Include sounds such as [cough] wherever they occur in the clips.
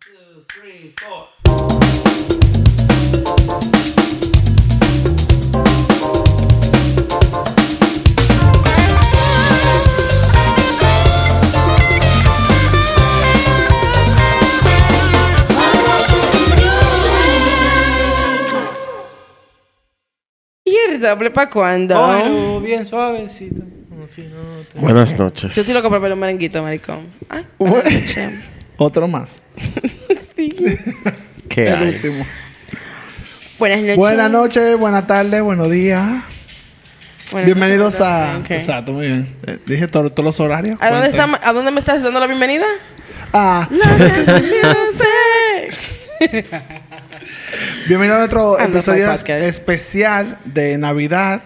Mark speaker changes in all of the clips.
Speaker 1: two, three, four.
Speaker 2: Mierda, ¿ple pa' cuándo?
Speaker 3: Oh,
Speaker 4: Cógelo bien suavecito. Como si no te-
Speaker 5: Buenas
Speaker 2: Yo
Speaker 5: noches.
Speaker 2: estoy loca por ver un merenguito, maricón. Ay,
Speaker 3: [laughs] Bueno, Otro más.
Speaker 2: sí.
Speaker 5: ¿Qué
Speaker 3: El
Speaker 5: hay?
Speaker 3: último.
Speaker 2: Buenas noches.
Speaker 3: Buenas noches, buenas tardes, buenos días.
Speaker 2: Buenas
Speaker 3: Bienvenidos
Speaker 2: noches,
Speaker 3: a.
Speaker 2: ok.
Speaker 3: Exacto, muy bien. Eh, Dije to- todos los horarios.
Speaker 2: ¿A dónde,
Speaker 3: Cuenta.
Speaker 2: estamos- ¿A dónde me estás dando la bienvenida?
Speaker 3: Ah, [laughs] bienvenido a nuestro
Speaker 2: Ah, no,
Speaker 3: episodio
Speaker 2: para el podcast.
Speaker 3: especial de Navidad.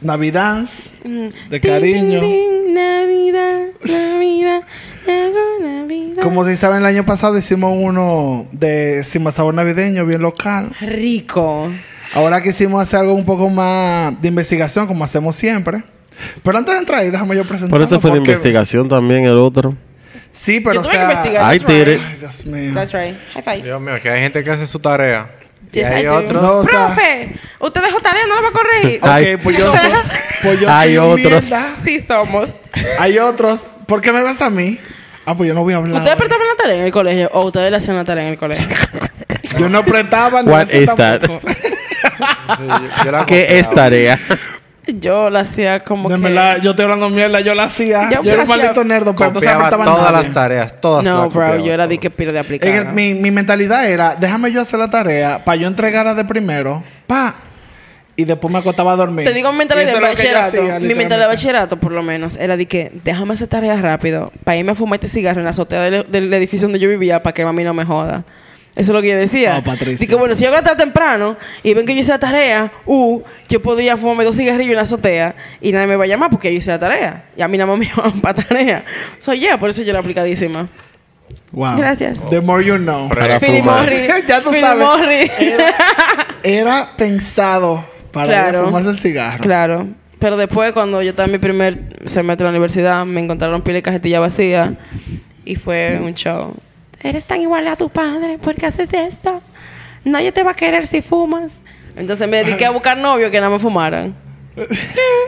Speaker 3: Navidad. De
Speaker 2: Tin, tin,
Speaker 3: cariño.
Speaker 2: tin, Navidad, Navidad, hago Navidad.
Speaker 3: Como se saben, el año pasado hicimos uno de Sin Sabor Navideño, bien local.
Speaker 2: Rico.
Speaker 3: Ahora quisimos hacer algo un poco más de investigación, como hacemos siempre. Pero antes de entrar ahí, déjame yo presentar.
Speaker 5: Por eso fue de investigación también el otro.
Speaker 3: Sí, pero
Speaker 2: Yo
Speaker 3: o
Speaker 2: tuve que
Speaker 3: sea-
Speaker 2: investigar.
Speaker 5: Ay,
Speaker 2: that's right.
Speaker 5: Tere.
Speaker 3: Ay, Dios mío.
Speaker 2: That's right. High five.
Speaker 4: Dios mío, que hay gente que hace su tarea. y
Speaker 2: Yes, I
Speaker 4: hay
Speaker 2: do.
Speaker 4: otros.
Speaker 3: No, o sea-
Speaker 2: Profe, usted dejó tarea, no la va a corregir.
Speaker 3: Ok,
Speaker 5: Ay.
Speaker 3: pues
Speaker 2: [laughs]
Speaker 3: yo, soy- pues yo
Speaker 5: Hay
Speaker 3: soy
Speaker 5: otros.
Speaker 3: mierda.
Speaker 2: Sí somos.
Speaker 3: Hay otros. ¿Por qué me ves a mí? Ah, pues yo no voy a hablar.
Speaker 2: ¿Ustedes apretaban la tarea en el colegio o ustedes le hacían la tarea en el colegio?
Speaker 3: [laughs] Yo no apretaba. ni
Speaker 5: What
Speaker 3: hacía
Speaker 5: is that?
Speaker 3: tampoco.
Speaker 4: Sí, yo- yo la
Speaker 3: [laughs]
Speaker 2: Ah,
Speaker 5: ¿Qué es
Speaker 3: este
Speaker 4: compraba.
Speaker 5: tarea?
Speaker 2: Yo la hacía [laughs] como
Speaker 3: De
Speaker 2: que...
Speaker 3: verdad, yo estoy hablando mierda. Yo la hacía.
Speaker 2: Yo
Speaker 3: Yo, era
Speaker 2: hacía-
Speaker 3: un maldito nerdo, pero entonces
Speaker 4: Copiaba
Speaker 3: apretaba
Speaker 4: todas
Speaker 3: nadie.
Speaker 4: las tareas, todas
Speaker 2: No,
Speaker 4: las
Speaker 2: bro,
Speaker 4: copiaba,
Speaker 2: yo era di
Speaker 4: todas.
Speaker 2: que piro de aplicar.
Speaker 3: En el- mi, mi mentalidad era, déjame yo hacer la tarea para yo entregarla de primero, pa. Y después me acostaba a dormir.
Speaker 2: Te digo mi
Speaker 3: Y
Speaker 2: mentalidad
Speaker 3: eso
Speaker 2: de
Speaker 3: es lo que yo
Speaker 2: bachillerato.
Speaker 3: hacía,
Speaker 2: mi mentalidad de
Speaker 3: literalmente.
Speaker 2: bachillerato, por lo menos, era de que déjame hacer tareas rápido para irme a fumar este cigarro en la azotea del, del edificio donde yo vivía para que mami no me joda. Eso es lo que yo decía.
Speaker 3: Ah, Patricia.
Speaker 2: Digo, bueno, si yo gastaba temprano y ven que yo hice la tarea, uh, yo podía fumarme dos cigarrillos en la azotea y nadie me va a llamar porque yo hice la tarea. Y a mí nada más me [laughs] llaman para tarea. Soy yeah, por eso yo era aplicadísima.
Speaker 3: Wow.
Speaker 2: Gracias.
Speaker 3: The more you know.
Speaker 5: Para
Speaker 2: Philip
Speaker 5: fumar.
Speaker 2: Morris.
Speaker 3: [laughs] Ya tú
Speaker 2: Philip
Speaker 3: sabes.
Speaker 2: Morris.
Speaker 3: Era pensado para ir a
Speaker 2: Claro.
Speaker 3: fumarse el cigarro.
Speaker 2: [laughs] Claro. Pero después, cuando yo estaba en mi primer semestre de la universidad, me encontraron pila de cajetilla vacía y fue un show. Eres tan igual a tu padre, ¿por qué haces esto? Nadie te va a querer si fumas. Entonces me dediqué a buscar novio que nada me fumaran.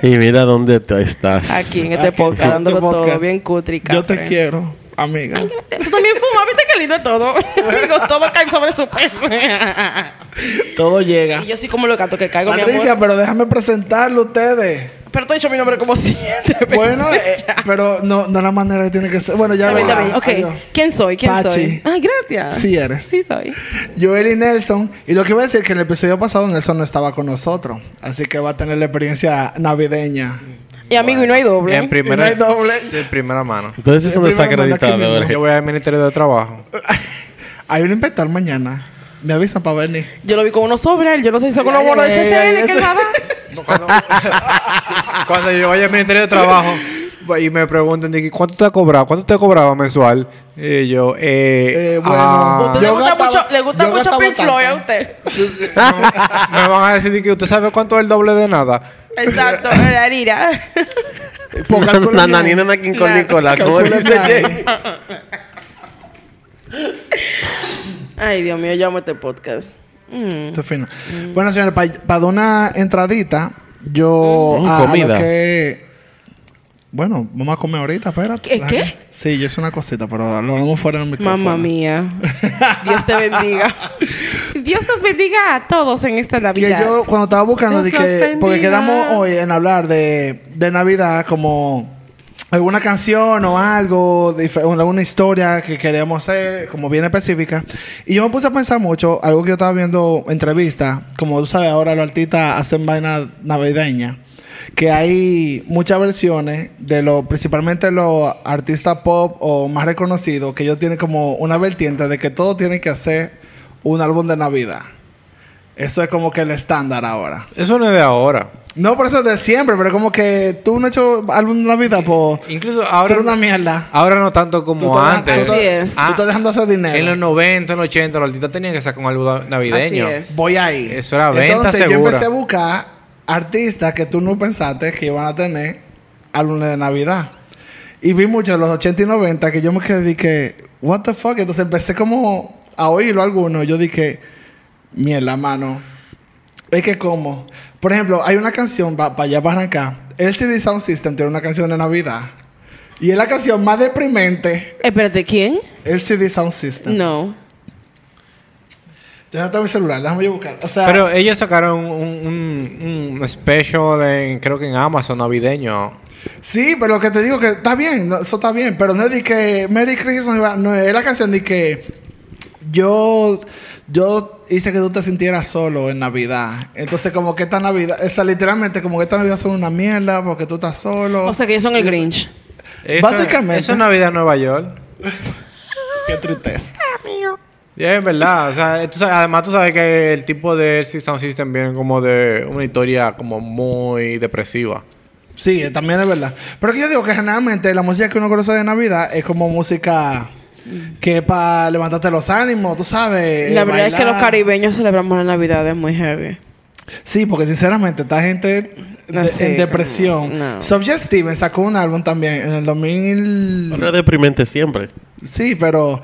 Speaker 5: Y mira dónde te estás.
Speaker 2: Aquí en este
Speaker 3: Aquí,
Speaker 2: podcast,
Speaker 3: este
Speaker 2: dándolo todo,
Speaker 3: podcast.
Speaker 2: bien cutrica.
Speaker 3: Yo te quiero, amiga.
Speaker 2: Tú también fumas, viste qué lindo es todo. [laughs] Digo, todo cae sobre su peso. [laughs]
Speaker 3: Todo llega.
Speaker 2: y yo soy como los gatos que caigo, mi
Speaker 3: Patricia,
Speaker 2: amor.
Speaker 3: pero déjame presentarlo a
Speaker 2: [laughs]
Speaker 3: ustedes.
Speaker 2: Pero te he dicho mi nombre como siete veces.
Speaker 3: Bueno, eh, pero no, no la manera que tiene que ser. Bueno, ya
Speaker 2: Está
Speaker 3: lo
Speaker 2: bien, está bien.
Speaker 3: verás.
Speaker 2: Ok,
Speaker 3: Adiós.
Speaker 2: ¿quién soy? ¿Quién
Speaker 3: Pachi.
Speaker 2: soy? Ay, gracias.
Speaker 3: Sí eres.
Speaker 2: Sí soy.
Speaker 3: Joely Nelson. Y lo que iba a decir es que en el episodio pasado Nelson no estaba con nosotros. Así que va a tener la experiencia navideña.
Speaker 2: Y amigo, y no hay doble.
Speaker 4: En primera,
Speaker 3: No hay doble.
Speaker 4: En primera mano.
Speaker 5: Entonces eso no
Speaker 3: El
Speaker 5: está
Speaker 3: primero manda
Speaker 5: acreditado.
Speaker 3: que
Speaker 5: [laughs] ¿verdad?
Speaker 4: Yo voy al Ministerio de Trabajo.
Speaker 3: Hay un inventar mañana. Me avisan para venir.
Speaker 2: Yo lo vi con unos sobres. Yo no sé si son con
Speaker 3: Ay,
Speaker 2: unos bonos de
Speaker 3: ay, ay,
Speaker 2: CCN
Speaker 3: ay,
Speaker 2: que
Speaker 3: eso-
Speaker 2: nada.
Speaker 4: Cuando yo vaya al Ministerio de Trabajo y me preguntan, de que, ¿cuánto te ha cobrado? ¿Cuánto te cobraba mensual? Y yo, eh,
Speaker 3: Eh, bueno,
Speaker 4: ah,
Speaker 2: Usted
Speaker 3: Yo
Speaker 2: le gusta
Speaker 3: gastaba-
Speaker 2: mucho, le gusta
Speaker 3: yo
Speaker 2: mucho
Speaker 3: gastaba
Speaker 2: Pink
Speaker 3: tanto.
Speaker 2: Floyd ¿eh? a usted.
Speaker 4: me van a decir de que usted sabe cuánto es el doble de nada.
Speaker 3: [laughs]
Speaker 2: Exacto, era ira.
Speaker 3: Por cálculo
Speaker 5: Na-
Speaker 3: mío.
Speaker 5: na- ni- na- na- quin- con Nicola, como
Speaker 3: Calcula
Speaker 5: dice
Speaker 3: nadie.
Speaker 5: Jay.
Speaker 2: Ay, Dios mío, yo amo este podcast. Mm.
Speaker 3: Esto es fino. Bueno, señores, para dar una entradita, yo.
Speaker 5: Mm,
Speaker 3: a- a lo
Speaker 5: comida.
Speaker 3: que- bueno, vamos a comer ahorita, espérate.
Speaker 2: ¿Qué- qué?
Speaker 3: Sí, yo hice una cosita, pero lo hablamos fuera del micrófono.
Speaker 2: Mamma mía. Dios te
Speaker 3: [laughs]
Speaker 2: bendiga. Dios nos bendiga a todos en esta
Speaker 3: Que
Speaker 2: Navidad.
Speaker 3: yo cuando estaba buscando,
Speaker 2: Dios los
Speaker 3: dije,
Speaker 2: bendiga.
Speaker 3: porque quedamos hoy en hablar de, de Navidad como alguna canción o algo, dif- o alguna historia que queríamos hacer como bien específica. Y yo me puse a pensar mucho, algo que yo estaba viendo entrevistas, como tú sabes, ahora los artistas hacen vaina navideña. Que hay muchas versiones de los, principalmente los artistas pop o más reconocidos, que ellos tienen como una vertiente de que todos tienen que hacer un álbum de Navidad. Eso es como que el estándar ahora.
Speaker 4: Eso no es de ahora.
Speaker 3: No, por eso es de siempre, pero como que tú no has hecho álbum de Navidad por...
Speaker 4: Incluso ahora.
Speaker 3: pues, Tú eres una mierda.
Speaker 4: Ahora no tanto
Speaker 3: Tú
Speaker 4: como
Speaker 3: estás-
Speaker 4: antes.
Speaker 3: tú estás-
Speaker 2: Así es.
Speaker 3: tú estás dejando hacer dinero.
Speaker 4: En los 90, en los 80, los artistas tenían que sacar un álbum navideño.
Speaker 2: Así es.
Speaker 3: Voy ahí.
Speaker 4: Eso era venta
Speaker 3: Entonces yo
Speaker 4: segura.
Speaker 3: empecé a buscar artistas que tú no pensaste que iban a tener álbumes de Navidad. Y vi muchos de los 80 y 90 que yo me quedé y que... what the fuck. Entonces empecé como a oírlo alguno. Yo dije, mierda, mano. Es que como, por ejemplo, hay una canción para allá para acá. El CD Sound System tiene una canción de Navidad. Y es la canción más deprimente.
Speaker 2: Espérate, ¿quién?
Speaker 3: El CD Sound System.
Speaker 2: No.
Speaker 3: Déjame tomar mi celular, déjame yo buscar. O sea,
Speaker 4: Pero ellos sacaron un, un, un special, en, creo que en Amazon navideño.
Speaker 3: sí, pero lo que te digo que está bien, no, eso está bien. Pero no es de que Merry Christmas, no es la canción de que yo, yo hice que tú te sintieras solo en Navidad. Entonces, como que esta Navidad, o sea, literalmente, como que esta Navidad son una mierda porque tú estás solo.
Speaker 2: O sea, que ellos son el Grinch.
Speaker 4: Eso-
Speaker 3: Básicamente.
Speaker 4: Eso es Navidad en Nueva York.
Speaker 3: [laughs] qué tristeza.
Speaker 4: Y es verdad. O sea, tú sabes- además tú sabes que el tipo de LC Sound System viene como de una historia como muy depresiva.
Speaker 3: Sí, eh, también es verdad. Pero que yo digo que generalmente la música que uno conoce de Navidad es como música que para levantarte los ánimos, tú sabes.
Speaker 2: la
Speaker 3: eh,
Speaker 2: verdad es que
Speaker 3: bailar.
Speaker 2: los caribeños celebramos la Navidad, es muy heavy.
Speaker 3: Sí, porque sinceramente esta gente
Speaker 2: No
Speaker 3: de-
Speaker 2: sé,
Speaker 3: en depresión.
Speaker 2: no.
Speaker 3: Subject Steven sacó un álbum también en el 2000.
Speaker 5: Pero es deprimente siempre.
Speaker 3: Sí, pero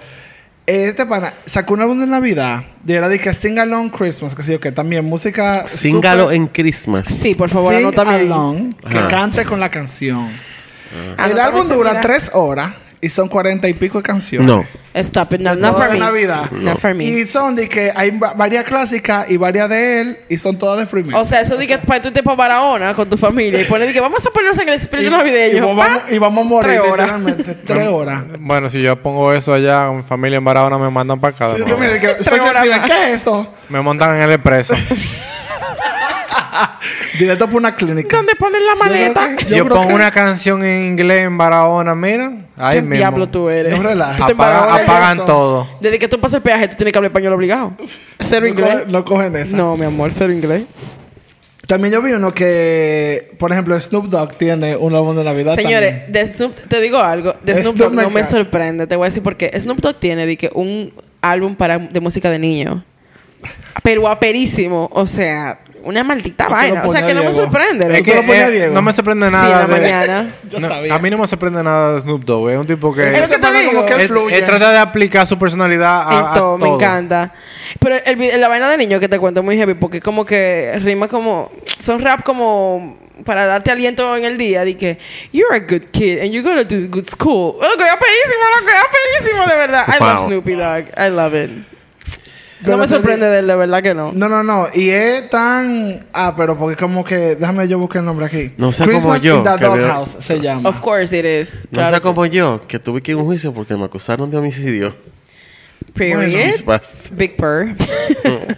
Speaker 3: eh, este pana sacó un álbum de Navidad y era de que Sing Along Christmas, que sé yo que también música
Speaker 5: Síngalo
Speaker 3: súper-
Speaker 5: en Christmas.
Speaker 2: Sí, por favor,
Speaker 3: Sing
Speaker 2: anótame. ahí.
Speaker 3: Along, que
Speaker 5: Ajá.
Speaker 3: cante con la canción. El
Speaker 2: Anótame
Speaker 3: álbum
Speaker 2: esa,
Speaker 3: dura
Speaker 2: mira.
Speaker 3: tres horas y son cuarenta y pico de canciones.
Speaker 5: No.
Speaker 2: Stop it. No,
Speaker 3: De
Speaker 2: not
Speaker 3: toda
Speaker 2: for me.
Speaker 3: la Navidad.
Speaker 2: Not for me.
Speaker 3: Y son de que hay va- varias clásicas y varias de él y son todas de Freeman.
Speaker 2: O sea, eso de que para tú te para Barahona con tu familia y pones de que vamos a ponernos en el espíritu
Speaker 3: y,
Speaker 2: navideño.
Speaker 3: vamos,
Speaker 2: Pa.
Speaker 3: y vamos a morir
Speaker 2: Ah, Tres horas.
Speaker 3: literalmente. tres horas.
Speaker 4: Bueno, si yo pongo eso allá, mi familia en Barahona me mandan para acá. de
Speaker 3: Yo
Speaker 4: nuevo.
Speaker 3: también dije, soy
Speaker 2: horas
Speaker 3: Steven,
Speaker 2: más.
Speaker 3: ¿qué es eso?
Speaker 4: Me montan en el
Speaker 2: [laughs]
Speaker 4: expreso.
Speaker 3: Directo por una clínica.
Speaker 2: ¿Dónde ponen la
Speaker 3: Yo creo
Speaker 2: maleta?
Speaker 3: que-
Speaker 4: Yo,
Speaker 3: creo
Speaker 4: pongo
Speaker 3: que-
Speaker 4: una canción en inglés en Barahona, mira. Ahí
Speaker 2: ¿Qué
Speaker 4: mismo.
Speaker 2: diablo tú eres?
Speaker 3: No relajes.
Speaker 2: Tú te en
Speaker 4: Apagan-
Speaker 2: Barahona.
Speaker 4: apagan
Speaker 3: eso.
Speaker 4: todo.
Speaker 2: Desde que tú pasas el peaje, tú tienes que hablar español obligado. Cero
Speaker 3: No,
Speaker 2: inglés.
Speaker 3: cogen- no cogen esa.
Speaker 2: No, mi amor, cero inglés.
Speaker 3: También yo vi uno que, por ejemplo, Snoop Dogg tiene un álbum de Navidad.
Speaker 2: Señores,
Speaker 3: también.
Speaker 2: de Snoop- te digo algo. De Snoop
Speaker 3: Snoop
Speaker 2: Dogg no
Speaker 3: Dogg.
Speaker 2: me sorprende. Te voy a decir por qué. Snoop Dogg tiene de que, un álbum para, de música de niño. Pero aperísimo. O sea, una maldita
Speaker 3: Eso lo
Speaker 2: vaina. O sea,
Speaker 3: ponía
Speaker 2: que no me
Speaker 3: Diego.
Speaker 2: sorprende.
Speaker 3: Es
Speaker 2: loco.
Speaker 3: que- lo ponía Diego?
Speaker 4: eh, no me sorprende
Speaker 2: Sí, en
Speaker 4: nada.
Speaker 2: la
Speaker 4: de-
Speaker 2: mañana.
Speaker 3: [laughs] Yo
Speaker 4: No,
Speaker 3: sabía.
Speaker 4: a mí no me sorprende nada de Snoop Dogg. Es un tipo que.
Speaker 2: Es
Speaker 3: Ese
Speaker 2: que te
Speaker 3: pana como
Speaker 2: digo.
Speaker 3: que
Speaker 4: Él-
Speaker 3: fluye.
Speaker 4: él trata de aplicar su personalidad a, a
Speaker 2: en todo, me
Speaker 4: todo.
Speaker 2: encanta. Pero el vi- la vaina de niño que te cuento es muy heavy porque como que rima como... Son rap como para darte aliento en el día. De que, you're a good kid and you're gonna do good school. Lo que es pedísimo, lo que es pedísimo, de verdad. I love
Speaker 5: Wow.
Speaker 2: Snoopy Dog. I love it.
Speaker 3: Pero
Speaker 2: no me
Speaker 3: te
Speaker 2: sorprende
Speaker 3: digo-
Speaker 2: de él, de verdad que no.
Speaker 3: No, no, no. Y es tan. Ah, pero porque como que. Déjame yo buscar el nombre aquí.
Speaker 5: No sea
Speaker 3: Christmas
Speaker 5: como yo,
Speaker 3: in the
Speaker 5: que veo-
Speaker 3: Doghouse se llama.
Speaker 2: Of course it is.
Speaker 5: No sea como yo, que tuve que ir a un juicio porque me acusaron de homicidio.
Speaker 2: Period.
Speaker 5: Christmas.
Speaker 2: Big purr.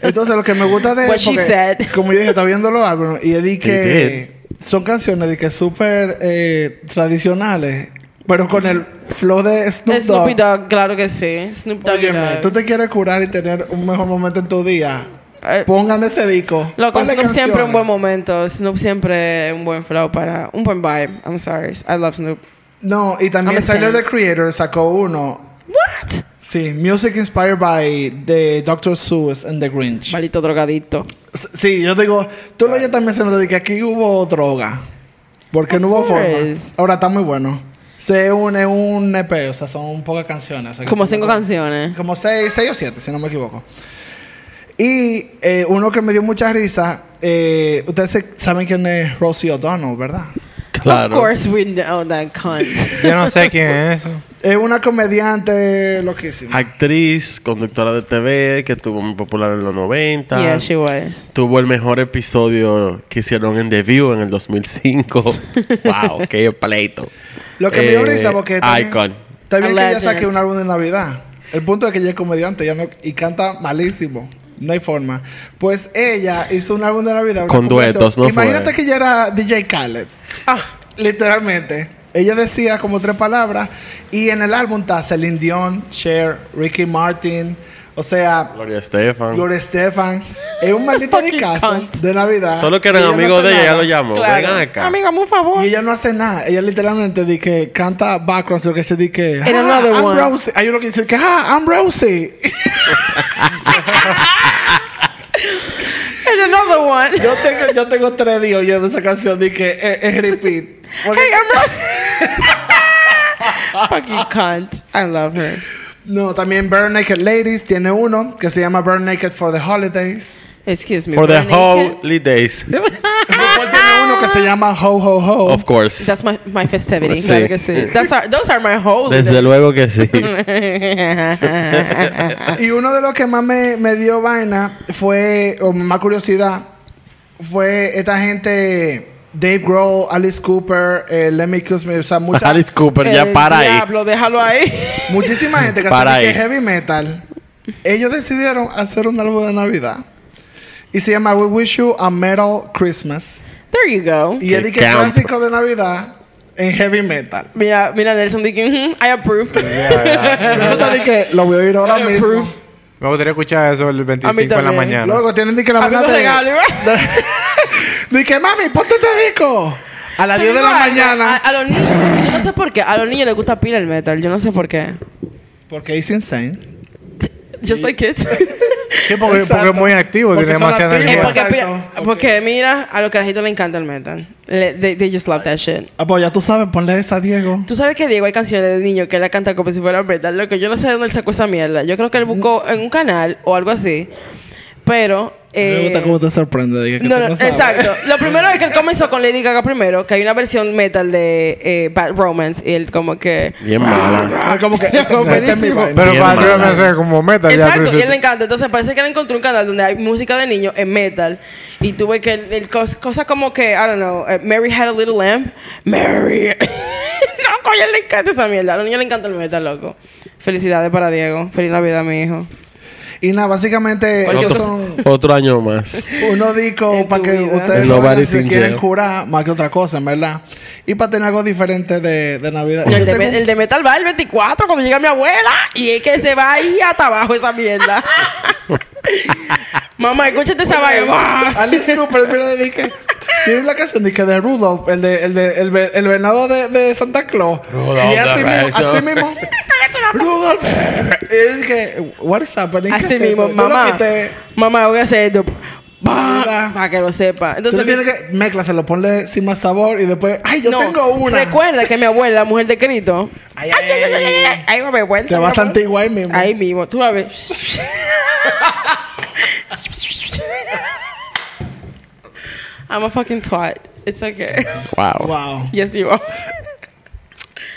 Speaker 3: Entonces, lo que me gusta de.
Speaker 2: What she
Speaker 3: porque,
Speaker 2: said.
Speaker 3: Como yo dije, está viendo los álbumes. Y es de que. Son canciones de que súper eh, tradicionales. Pero con el flow de Snoop
Speaker 2: [laughs] Snoopy
Speaker 3: Dogg.
Speaker 2: Dog, claro que sí. Snoop Dogg.
Speaker 3: Óyeme,
Speaker 2: Dogg.
Speaker 3: tú te quieres curar y tener un mejor momento en tu día.
Speaker 2: Eh,
Speaker 3: Pongan ese disco.
Speaker 2: Loco,
Speaker 3: Ponle
Speaker 2: Snoop siempre
Speaker 3: canciones.
Speaker 2: un buen momento. Snoop siempre un buen flow para... Un buen vibe. I'm sorry. I love Snoop.
Speaker 3: No, y también
Speaker 2: I'm a
Speaker 3: Tyler
Speaker 2: stan.
Speaker 3: the Creator sacó uno.
Speaker 2: What?
Speaker 3: Sí, Music Inspired by the Dr. Seuss and the Grinch.
Speaker 2: Malito drogadicto.
Speaker 3: S- Sí, yo digo, tú lo oyes también se nota de que aquí hubo droga. Porque no hubo
Speaker 2: Of
Speaker 3: forma.
Speaker 2: course.
Speaker 3: Ahora está muy bueno. Se une un EP, o sea, son pocas canciones. o sea, que
Speaker 2: Como
Speaker 3: no
Speaker 2: cinco
Speaker 3: me acuerdo.
Speaker 2: canciones.
Speaker 3: Como seis, seis o siete, si no me equivoco. Y eh, uno que me dio mucha risa, eh, ustedes se- saben quién es Rosie O'Donnell, ¿verdad?
Speaker 5: Claro.
Speaker 2: Of course we know that cunt.
Speaker 4: Yo no sé quién es
Speaker 2: [laughs]
Speaker 4: eso.
Speaker 3: Es una comediante loquísima.
Speaker 5: Actriz, conductora de TV, que estuvo muy popular en los 90.
Speaker 2: yeah, she was.
Speaker 5: Tuvo el mejor episodio que hicieron en The View en
Speaker 2: [laughs]
Speaker 5: el 2005. wow, qué pleito.
Speaker 3: Lo que me dio
Speaker 5: Eh,
Speaker 3: risa porque también-
Speaker 5: Icon.
Speaker 3: Está bien
Speaker 2: A
Speaker 3: que ella
Speaker 2: legend.
Speaker 3: saque un álbum de Navidad. El punto es que ella es comediante ella no- y canta malísimo. No hay forma. Pues ella hizo un álbum de Navidad. una
Speaker 5: Con
Speaker 3: compilación.
Speaker 5: duetos, ¿no?
Speaker 3: Imagínate
Speaker 5: Fue.
Speaker 3: que ella era DJ Khaled.
Speaker 2: Ah,
Speaker 3: Literalmente. Ella decía como tres palabras. Y en el álbum está Celine Dion, Cher, Ricky Martin. O sea,
Speaker 5: Gloria Estefan.
Speaker 3: Gloria Estefan. Es un
Speaker 2: [laughs]
Speaker 3: maldito
Speaker 2: Fucking
Speaker 3: discazo
Speaker 2: cunt.
Speaker 3: de Navidad.
Speaker 5: Todo lo que
Speaker 3: Y
Speaker 5: eran
Speaker 3: ella no
Speaker 5: amigos
Speaker 3: hace
Speaker 5: de ella ya
Speaker 3: nada.
Speaker 5: lo llamó.
Speaker 2: claro.
Speaker 5: Vengan acá.
Speaker 2: Amiga, hazme un favor.
Speaker 3: Y ella no hace nada. Ella literalmente dice que canta backgrounds, lo que se dice que.
Speaker 2: And
Speaker 3: "Ah,
Speaker 2: another
Speaker 3: I'm
Speaker 2: one."
Speaker 3: Rosie. Hay uno que dice que, ah, I'm Rosie.
Speaker 2: And another one.
Speaker 3: [laughs] yo, tengo, yo tengo tres días oyendo esa canción de que es, es repeat.
Speaker 2: [laughs]
Speaker 3: Porque-
Speaker 2: hey, I'm not... Fucking cunt. I love her.
Speaker 3: No, también Burn Naked Ladies tiene uno que se llama Burn Naked for the Holidays.
Speaker 2: Excuse me.
Speaker 5: For the
Speaker 2: Burn Naked.
Speaker 5: holidays.
Speaker 2: Ah,
Speaker 3: [laughs] Después tiene uno que se llama Ho Ho Ho.
Speaker 5: Of course.
Speaker 2: That's my, my festivity.
Speaker 5: Sí.
Speaker 2: Claro que sí. That's our- those are my holidays.
Speaker 5: Desde luego
Speaker 2: [laughs]
Speaker 5: que sí.
Speaker 3: Y uno de los que más me, me dio vaina fue, o más curiosidad, fue esta gente, Dave Grohl, Alice Cooper, eh, Let Me Kiss Me, o sea, mucha,
Speaker 5: Alice Cooper, ya
Speaker 2: El
Speaker 5: para ahí.
Speaker 2: diablo, déjalo ahí. [laughs]
Speaker 3: muchísima gente que
Speaker 5: Para
Speaker 3: hace que
Speaker 5: ahí.
Speaker 3: heavy metal. Ellos decidieron hacer un álbum de Navidad. Y se llama We Wish You a Metal Christmas.
Speaker 2: There you go.
Speaker 3: Y es de
Speaker 5: Qué
Speaker 3: que
Speaker 5: camp.
Speaker 3: clásico de Navidad en
Speaker 2: [laughs]
Speaker 3: heavy metal.
Speaker 2: Mira, mira Nelson Dick. I
Speaker 3: [laughs]
Speaker 2: approved.
Speaker 3: Eso te dije, lo voy a oír ahora
Speaker 2: Better
Speaker 3: mismo.
Speaker 2: proof.
Speaker 4: Me gustaría escuchar eso el 25 en la
Speaker 2: también.
Speaker 4: mañana.
Speaker 3: Luego tienen de que la
Speaker 2: Abriendo
Speaker 3: vaina de-
Speaker 2: regalo, ¿eh? ¿verdad?
Speaker 3: de [laughs] que mami, ponte este disco. A las 10 de la
Speaker 2: Te digo algo, A,
Speaker 3: mañana.
Speaker 2: a los niños, yo no sé por qué. A los niños les gusta pila el metal. Yo no sé por qué.
Speaker 3: Porque es insane.
Speaker 2: Just like
Speaker 3: [laughs]
Speaker 2: kids. [laughs]
Speaker 4: Sí, porque,
Speaker 3: Exacto.
Speaker 4: porque es muy activo,
Speaker 3: Porque
Speaker 4: tiene
Speaker 3: son
Speaker 4: demasiada
Speaker 3: activos.
Speaker 2: Es
Speaker 4: energía.
Speaker 2: porque,
Speaker 3: Exacto.
Speaker 2: pila- porque mira, a los carajitos les encanta el metal. Le- they, they just love that shit.
Speaker 3: Ah, pues ya tú sabes, ponle esa a Diego.
Speaker 2: Tú sabes que Diego hay canciones de niño que él la canta como si fuera metal. Lo que yo no sé de dónde él sacó esa mierda. Yo creo que él buscó en un canal o algo así. Pero.
Speaker 3: Me
Speaker 2: eh,
Speaker 3: gusta cómo te sorprende. Diego, que
Speaker 2: No,
Speaker 3: tú
Speaker 2: no,
Speaker 3: sabes.
Speaker 2: exacto. Lo primero es que él comenzó con Lady Gaga primero, que hay una versión metal de eh, Bad Romance y él como que...
Speaker 5: Bien mala.
Speaker 3: Ah,
Speaker 2: [laughs]
Speaker 3: como que.
Speaker 2: Como
Speaker 3: como que esta es mi
Speaker 2: buenísimo.
Speaker 3: vaina.
Speaker 4: Pero
Speaker 5: Bien
Speaker 4: para
Speaker 5: mala.
Speaker 4: yo me hace como meta ya.
Speaker 2: pues, Exacto, y
Speaker 4: pero
Speaker 2: él le encanta. Entonces parece que él encontró un canal donde hay música de niños en metal y tuve que él- él cos- cosas como que, I don't know, eh, Mary had a little lamb. Mary. [laughs] loco, a él le encanta esa mierda. A los niños le encanta el metal, loco. Felicidades para Diego. Feliz Navidad, mi hijo.
Speaker 3: Y nada, básicamente,
Speaker 2: Cualquier
Speaker 3: estos
Speaker 2: cosa.
Speaker 3: son
Speaker 5: Otro año más.
Speaker 3: unos discos
Speaker 2: En
Speaker 3: para
Speaker 2: tu
Speaker 3: que
Speaker 2: vida.
Speaker 3: ustedes
Speaker 5: En lo
Speaker 3: vayan
Speaker 5: Body
Speaker 3: si
Speaker 5: Sin
Speaker 3: quieren
Speaker 5: Jail.
Speaker 3: curar más que otra cosa, en verdad. Y para tener algo diferente de, de Navidad.
Speaker 2: El
Speaker 3: Yo
Speaker 2: de,
Speaker 3: tengo-
Speaker 2: me- el de metal va el 24 cuando llega mi abuela y es que se va ahí hasta abajo esa mierda. [laughs] Mamá, escúchate esa
Speaker 3: [laughs]
Speaker 2: vaina.
Speaker 3: Alice Cooper, mira, de que. Tiene la canción de que de Rudolph, el de el de el, ve- el venado de, de Santa Claus.
Speaker 5: Rudolph
Speaker 3: y así
Speaker 5: the
Speaker 3: mismo,
Speaker 5: Red
Speaker 3: así
Speaker 5: Nose.
Speaker 3: mismo.
Speaker 2: [laughs]
Speaker 3: Rudolph. Y dije, what is happening? ¿Qué
Speaker 2: Así
Speaker 3: es esto?
Speaker 2: mismo,
Speaker 3: Yo lo
Speaker 2: mamá.
Speaker 3: quité.
Speaker 2: Mamá, voy a hacer esto.
Speaker 3: ¿Verdad?
Speaker 2: Para que lo sepa.
Speaker 3: Tú
Speaker 2: Entonces,
Speaker 3: le tienes que mezclaselo, ponle sin más sabor y después, ay, yo
Speaker 2: no,
Speaker 3: tengo una.
Speaker 2: Recuerda que mi abuela, mujer de Cristo,
Speaker 3: Ay, ay, ay, ay, ay.
Speaker 2: ahí va a vuelta.
Speaker 3: Te vas
Speaker 2: mi
Speaker 3: a
Speaker 2: amor.
Speaker 3: Antigua ahí mismo.
Speaker 2: Ahí mismo, tú la ves.
Speaker 3: [laughs]
Speaker 2: I'm a fucking swat. It's okay.
Speaker 5: Wow.
Speaker 3: Wow.
Speaker 2: Yes, you are.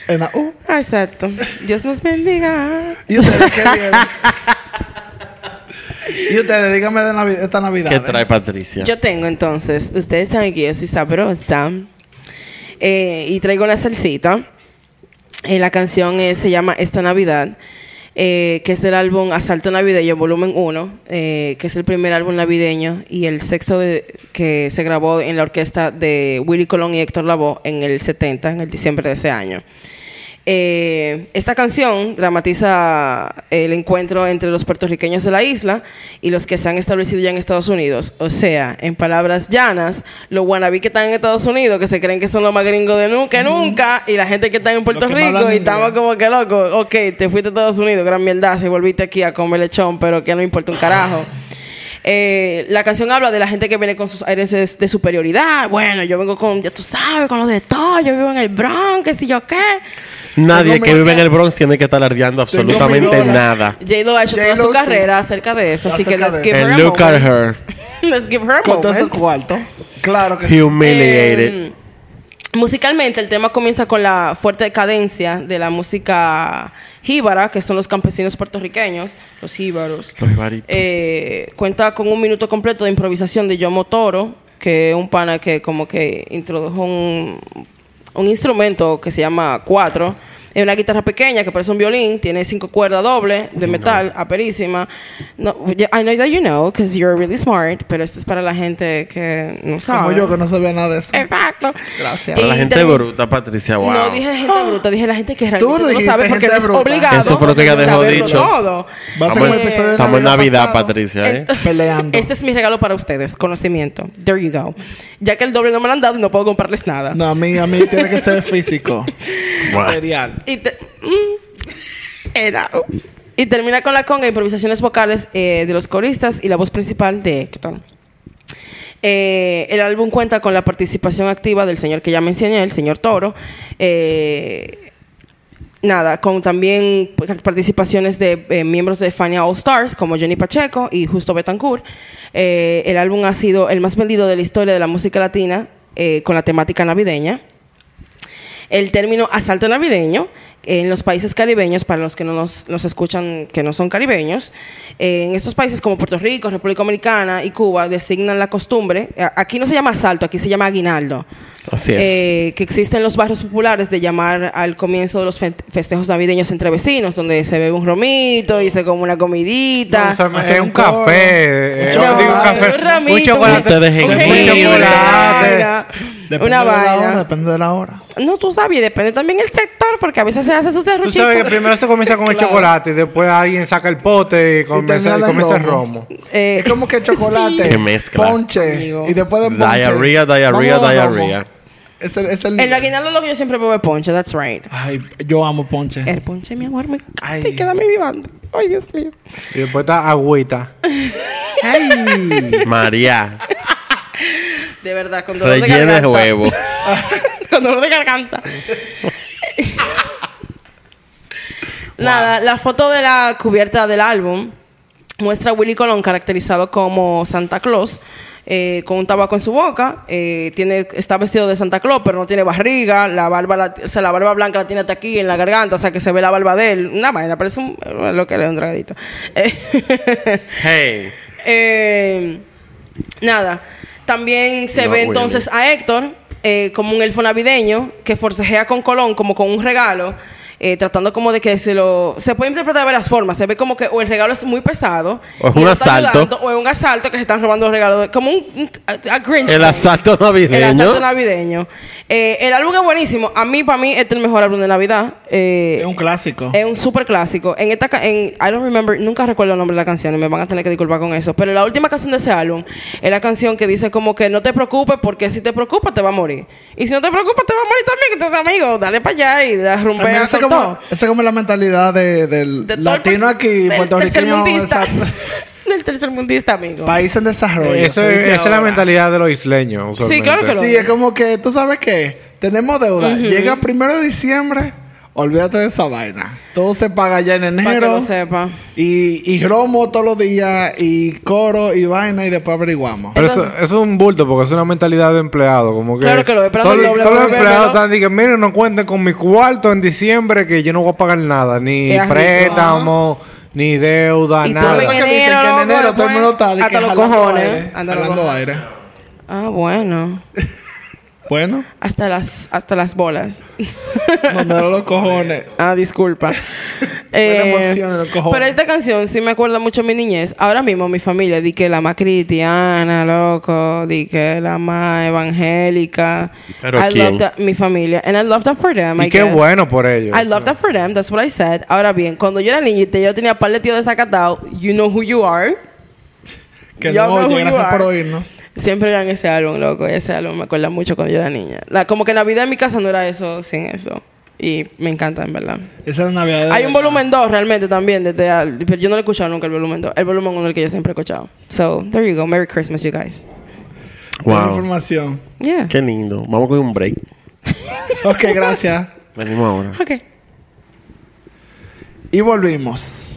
Speaker 3: En la U.
Speaker 2: Ah, exacto. Dios nos bendiga.
Speaker 3: ¿Y ustedes
Speaker 2: [laughs]
Speaker 3: qué vienen? y ustedes, díganme de Navi- esta Navidad. ¿eh?
Speaker 5: ¿Qué trae Patricia?
Speaker 2: Yo tengo entonces, ustedes saben que yo soy sabrosa eh, y traigo la salsita. Eh, la canción eh, se llama Esta Navidad, eh, que es el álbum Asalto Navideño, volumen 1, eh, que es el primer álbum navideño y el sexto de- que se grabó en la orquesta de Willy Colón y Héctor Lavoe en el 70, en el diciembre de ese año. Eh, esta canción dramatiza el encuentro entre los puertorriqueños de la isla y los que se han establecido ya en Estados Unidos. O sea, en palabras llanas, los guanabí que están en Estados Unidos, que se creen que son los más gringos de nunca, nunca, y la gente que está en Puerto
Speaker 3: que más
Speaker 2: Rico
Speaker 3: hablan
Speaker 2: y estamos
Speaker 3: inglés.
Speaker 2: como que locos. Ok, te fuiste a Estados Unidos, gran mierda, se volviste aquí a comer lechón, pero que no importa un
Speaker 3: [laughs]
Speaker 2: carajo. Eh, la canción habla de la gente que viene con sus aires de, de superioridad. Bueno, yo vengo con, ya tú sabes, con los de todo. Yo vivo en el Bronx, qué sé yo qué.
Speaker 5: Nadie
Speaker 3: Tengo
Speaker 5: que
Speaker 3: mi-
Speaker 5: vive en el Bronx tiene que estar alardeando
Speaker 3: mi
Speaker 5: absolutamente
Speaker 3: dólar.
Speaker 5: nada.
Speaker 2: J-Lo ha hecho
Speaker 3: J-Lo
Speaker 2: toda su
Speaker 3: sí.
Speaker 2: carrera acerca de eso, así que
Speaker 3: Acerca
Speaker 2: let's
Speaker 3: de
Speaker 2: give
Speaker 5: eso.
Speaker 2: her a
Speaker 5: And look at
Speaker 2: moment. [laughs] let's give her a
Speaker 3: Con todo su
Speaker 2: moment.
Speaker 3: cuarto. Claro que sí.
Speaker 5: Humiliated.
Speaker 2: Eh, musicalmente, el tema comienza con la fuerte decadencia de la música jíbara, que son los campesinos puertorriqueños, los jíbaros.
Speaker 5: Los ibaritos.
Speaker 2: Eh, cuenta con un minuto completo de improvisación de Yomo Toro, que es un pana que como que introdujo un, un instrumento que se llama cuatro. Es una guitarra pequeña que parece un violín, tiene cinco cuerdas dobles de metal, aperísima. No, I know that you know, because you're really smart, pero esto es para la gente que no sabe.
Speaker 3: Como yo que no sabía nada de eso.
Speaker 2: Exacto.
Speaker 3: Gracias.
Speaker 5: Para la
Speaker 2: Y
Speaker 5: gente
Speaker 2: termi-
Speaker 5: bruta, Patricia, wow.
Speaker 2: No dije gente bruta, dije la gente que realmente
Speaker 3: lo
Speaker 2: no
Speaker 3: dijiste,
Speaker 2: sabe porque no
Speaker 3: gente
Speaker 2: es
Speaker 3: bruta.
Speaker 2: obligado.
Speaker 5: Eso fue lo que ella dejó
Speaker 2: saberlo
Speaker 5: dicho.
Speaker 2: todo.
Speaker 3: Va a ser
Speaker 5: Estamos-
Speaker 3: un episodio de
Speaker 5: Estamos en Navidad,
Speaker 3: pasado.
Speaker 5: Patricia. ¿eh?
Speaker 2: Ent-
Speaker 3: Peleando.
Speaker 2: Este es mi regalo para ustedes, conocimiento. There you go. Ya que el doble no me lo han dado, no puedo comprarles nada.
Speaker 3: No, a mí, a mí tiene que
Speaker 2: [laughs]
Speaker 3: ser físico. Material.
Speaker 2: Y te- mm. Era- Y termina con la conga, improvisaciones vocales eh, de los coristas y la voz principal de Héctor. Eh, el álbum cuenta con la participación activa del señor que ya mencioné, el señor Toro. Eh, nada, con también participaciones de eh, miembros de Fania All Stars, como Jenny Pacheco y Justo Betancourt. Eh, el álbum ha sido el más vendido de la historia de la música latina eh, con la temática navideña. El término asalto navideño en los países caribeños, para los que no nos, nos escuchan que no son caribeños, eh, en estos países como Puerto Rico, República Dominicana y Cuba designan la costumbre, a- aquí no se llama asalto, aquí se llama aguinaldo,
Speaker 5: Así es.
Speaker 2: Eh, que existe en los barrios populares de llamar al comienzo de los fe- festejos navideños entre vecinos, donde se bebe un romito y se come una comidita.
Speaker 4: No, o sea,
Speaker 3: Hacer
Speaker 4: es un
Speaker 3: un coro.
Speaker 4: café. eh,
Speaker 3: Un
Speaker 4: yo digo un
Speaker 3: chocolate.
Speaker 4: café.
Speaker 2: Un ramito,
Speaker 4: Un chocolate.
Speaker 5: un-
Speaker 4: Un
Speaker 5: jengibre.
Speaker 2: jengibre,
Speaker 4: chocolate.
Speaker 2: vaina, Una
Speaker 3: de la hora,
Speaker 2: vaina.
Speaker 3: depende de la hora.
Speaker 2: No, tú sabes, y depende también el sector, porque a veces se hace su
Speaker 4: Tú
Speaker 2: cerruchito.
Speaker 4: sabes que primero se comienza con el
Speaker 2: Claro.
Speaker 4: chocolate y después alguien saca el pote y comienza,
Speaker 3: termina
Speaker 4: y
Speaker 3: el
Speaker 4: comienza el
Speaker 3: romo.
Speaker 4: romo.
Speaker 2: Eh,
Speaker 3: Es como que chocolate,
Speaker 5: Qué mezcla.
Speaker 3: ponche
Speaker 2: Amigo.
Speaker 3: y después de ponche.
Speaker 5: Diarrea, diarrea,
Speaker 3: vamos a dar romo.
Speaker 5: diarrea.
Speaker 3: Es el, es el
Speaker 2: El aguinaldo lo que yo siempre bebo ponche, that's right.
Speaker 3: Ay, yo amo ponche.
Speaker 2: El ponche, mi amor, me
Speaker 3: Ay.
Speaker 2: encanta y queda mi vivante. Ay, Dios mío.
Speaker 4: Y después está
Speaker 2: [laughs]
Speaker 4: agüita. ¡Ay!
Speaker 5: María,
Speaker 2: De verdad, con dolor de
Speaker 5: rellena de
Speaker 2: garganta.
Speaker 5: huevo.
Speaker 2: [laughs] con dolor de garganta. Nada, la foto de la cubierta del álbum muestra a Willy Colón caracterizado como Santa Claus. eh, con un tabaco en su boca, eh, tiene, está vestido de Santa Claus, pero no tiene barriga, la barba, la- o sea, la barba blanca la tiene hasta aquí en la garganta, o sea que se ve la barba de él, una vaina, parece un, lo que le da un tragadito. [laughs] Eh, [laughs]
Speaker 5: Hey.
Speaker 2: Eh, nada, también se
Speaker 5: No,
Speaker 2: ve
Speaker 5: Willy.
Speaker 2: entonces a Héctor eh, como un elfo navideño que forcejea con Colón como con un regalo, eh, tratando como de que se lo... Se puede interpretar de varias formas, se ve como que o el regalo es muy pesado,
Speaker 5: O es
Speaker 2: y
Speaker 5: un
Speaker 2: lo está
Speaker 5: asalto.
Speaker 2: ayudando, o es un asalto que se están robando los regalos, de- como un... un- a- a Grinch.
Speaker 5: El asalto
Speaker 2: El asalto
Speaker 5: navideño.
Speaker 2: navideño. Eh, el álbum es buenísimo. A mí, para mí, este es el mejor álbum de Navidad. Eh,
Speaker 3: Es un clásico.
Speaker 2: es un super clásico. En esta ca- en I don't remember, nunca recuerdo el nombre de la canción, me van a tener que disculpar con eso, pero la última canción de ese álbum es la canción que dice como que no te preocupes porque si te preocupas te va a morir. Y si no te preocupas te va a morir también, entonces amigo, dale para allá y da romper
Speaker 3: También esa
Speaker 2: con
Speaker 3: como,
Speaker 2: todo.
Speaker 3: esa como la mentalidad de- del
Speaker 2: De todo el
Speaker 3: latino
Speaker 2: pa-
Speaker 3: aquí,
Speaker 2: del
Speaker 3: puertorriqueño.
Speaker 2: tercermundista.
Speaker 3: exacto.
Speaker 2: [laughs] del tercermundista, amigo.
Speaker 3: País en desarrollo.
Speaker 4: Eso
Speaker 3: se
Speaker 4: es,
Speaker 3: dice
Speaker 4: esa es la
Speaker 3: ahora.
Speaker 4: mentalidad de los isleños.
Speaker 2: Sí, claro que lo-
Speaker 3: Sí, es como que, ¿tú sabes qué? Tenemos deuda. Llega primero de diciembre, olvídate de esa vaina. Todo se paga ya en
Speaker 2: Para que
Speaker 3: enero.
Speaker 2: lo sepa.
Speaker 3: Y, y romo todos los días, y coro, y vaina, y después averiguamos.
Speaker 4: Pero eso,
Speaker 2: Entonces-
Speaker 4: eso es un bulto porque es una mentalidad de empleado. Como que
Speaker 2: Claro que lo es, pero
Speaker 4: Todos
Speaker 2: hacen
Speaker 4: los-
Speaker 2: doble,
Speaker 4: todos los
Speaker 2: doble,
Speaker 4: empleados
Speaker 2: doble.
Speaker 4: están diciendo: Miren, no cuenten con mi cuarto en diciembre que yo no voy a pagar nada, ni
Speaker 2: Es rico.
Speaker 4: préstamo, ni deuda,
Speaker 2: Y tú
Speaker 4: nada.
Speaker 2: ves
Speaker 3: Eso que dicen
Speaker 2: enero,
Speaker 3: que en
Speaker 2: loco,
Speaker 3: enero todo el mundo está de
Speaker 2: hasta
Speaker 3: que
Speaker 2: los
Speaker 3: jalando
Speaker 2: cojones,
Speaker 3: aire,
Speaker 2: hasta los
Speaker 3: jalando
Speaker 2: cojones.
Speaker 3: aire.
Speaker 2: Ah, bueno.
Speaker 3: Bueno,
Speaker 2: Hasta las hasta las bolas. [laughs]
Speaker 3: mandando los cojones.
Speaker 2: Ah,
Speaker 3: [laughs]
Speaker 2: disculpa. [laughs] Eh,
Speaker 3: emoción en los cojones.
Speaker 2: pero esta canción sí me acuerda mucho a mi niñez. Ahora mismo mi familia, di que la más cristiana, loco, di que la más evangélica.
Speaker 5: ¿Pero
Speaker 2: I
Speaker 5: quién?
Speaker 2: love that- mi familia. And I love that for them,
Speaker 4: Y
Speaker 2: I
Speaker 4: qué
Speaker 2: guess.
Speaker 4: bueno por ellos.
Speaker 2: I love that for them, that's what I said. Ahora bien, cuando yo era niñita, yo tenía par de tíos desacatados. You know who you are.
Speaker 3: Que
Speaker 2: Ya
Speaker 3: no,
Speaker 2: no,
Speaker 3: gracias
Speaker 2: you
Speaker 3: por
Speaker 2: are.
Speaker 3: oírnos.
Speaker 2: Siempre eran ese álbum, loco. Ese álbum me acuerda mucho cuando yo era niña. La, como que Navidad en mi casa no era eso, sin eso. Y me encanta, en verdad.
Speaker 3: Esa es la Navidad. de
Speaker 2: Hay un
Speaker 3: verdad.
Speaker 2: volumen 2 realmente también, de este al- pero yo no lo he escuchado nunca el volumen 2. El volumen 1 es el que yo siempre he escuchado. So, there you go. Merry Christmas, you guys.
Speaker 3: Buena
Speaker 5: Wow.
Speaker 3: información.
Speaker 2: Yeah.
Speaker 5: Qué lindo. Vamos con un break.
Speaker 3: Ok,
Speaker 2: [laughs]
Speaker 3: gracias.
Speaker 5: Venimos ahora.
Speaker 2: Ok.
Speaker 3: Y volvimos.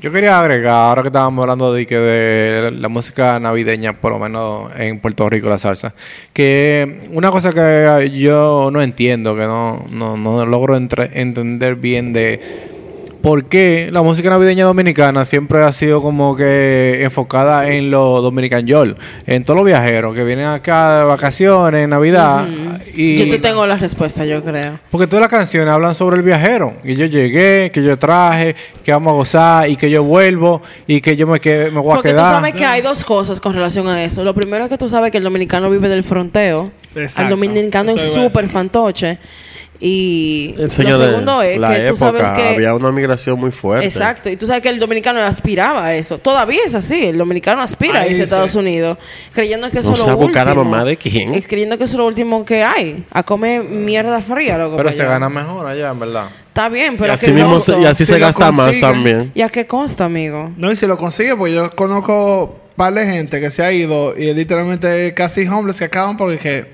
Speaker 4: Yo quería agregar, ahora que estábamos hablando de, que de la música navideña, por lo menos en Puerto Rico, la salsa, que una cosa que yo no entiendo, que no, no, no logro entre- entender bien de por qué la música navideña dominicana siempre ha sido como que enfocada en los dominican yol, en todos los viajeros que vienen acá de vacaciones, en Navidad,
Speaker 2: Yo
Speaker 4: y...
Speaker 2: te tengo la respuesta, yo creo.
Speaker 4: Porque todas las canciones hablan sobre el viajero. Y yo llegué, que yo traje, que vamos a gozar, y que yo vuelvo, y que yo me, que, me voy
Speaker 2: Porque
Speaker 4: a
Speaker 2: tú
Speaker 4: quedar.
Speaker 2: sabes que hay dos cosas con relación a eso. Lo primero es que tú sabes que el dominicano vive del fronteo.
Speaker 3: Exacto.
Speaker 2: Al dominicano es
Speaker 3: Eso iba a
Speaker 2: súper fantoche. Y
Speaker 5: El señor
Speaker 2: lo segundo es
Speaker 5: la
Speaker 2: que
Speaker 5: época
Speaker 2: tú sabes que...
Speaker 5: había una migración muy fuerte.
Speaker 2: Exacto, y tú sabes que el dominicano aspiraba a eso. Todavía es así, el dominicano aspira a
Speaker 3: Ahí
Speaker 2: irse a
Speaker 3: dice.
Speaker 2: Estados Unidos, creyendo que eso
Speaker 5: No
Speaker 2: es lo
Speaker 5: sabe
Speaker 2: último.
Speaker 5: buscar a la mamá de quién.
Speaker 2: Eh, Creyendo que eso es lo último que hay, a comer mierda fría, loco.
Speaker 4: Pero
Speaker 2: para
Speaker 4: se
Speaker 2: allá.
Speaker 4: gana mejor allá, en verdad.
Speaker 2: Está bien,
Speaker 5: Y
Speaker 2: pero
Speaker 5: así
Speaker 2: ¿qué
Speaker 5: mismo
Speaker 2: costo?
Speaker 5: se- y así
Speaker 3: Si
Speaker 5: se
Speaker 3: lo
Speaker 5: gasta más
Speaker 3: consiguen.
Speaker 5: también.
Speaker 2: ¿Y a qué costa, amigo?
Speaker 3: No, y si lo consigue, pues yo conozco par de gente que se ha ido y literalmente casi hombres que acaban porque que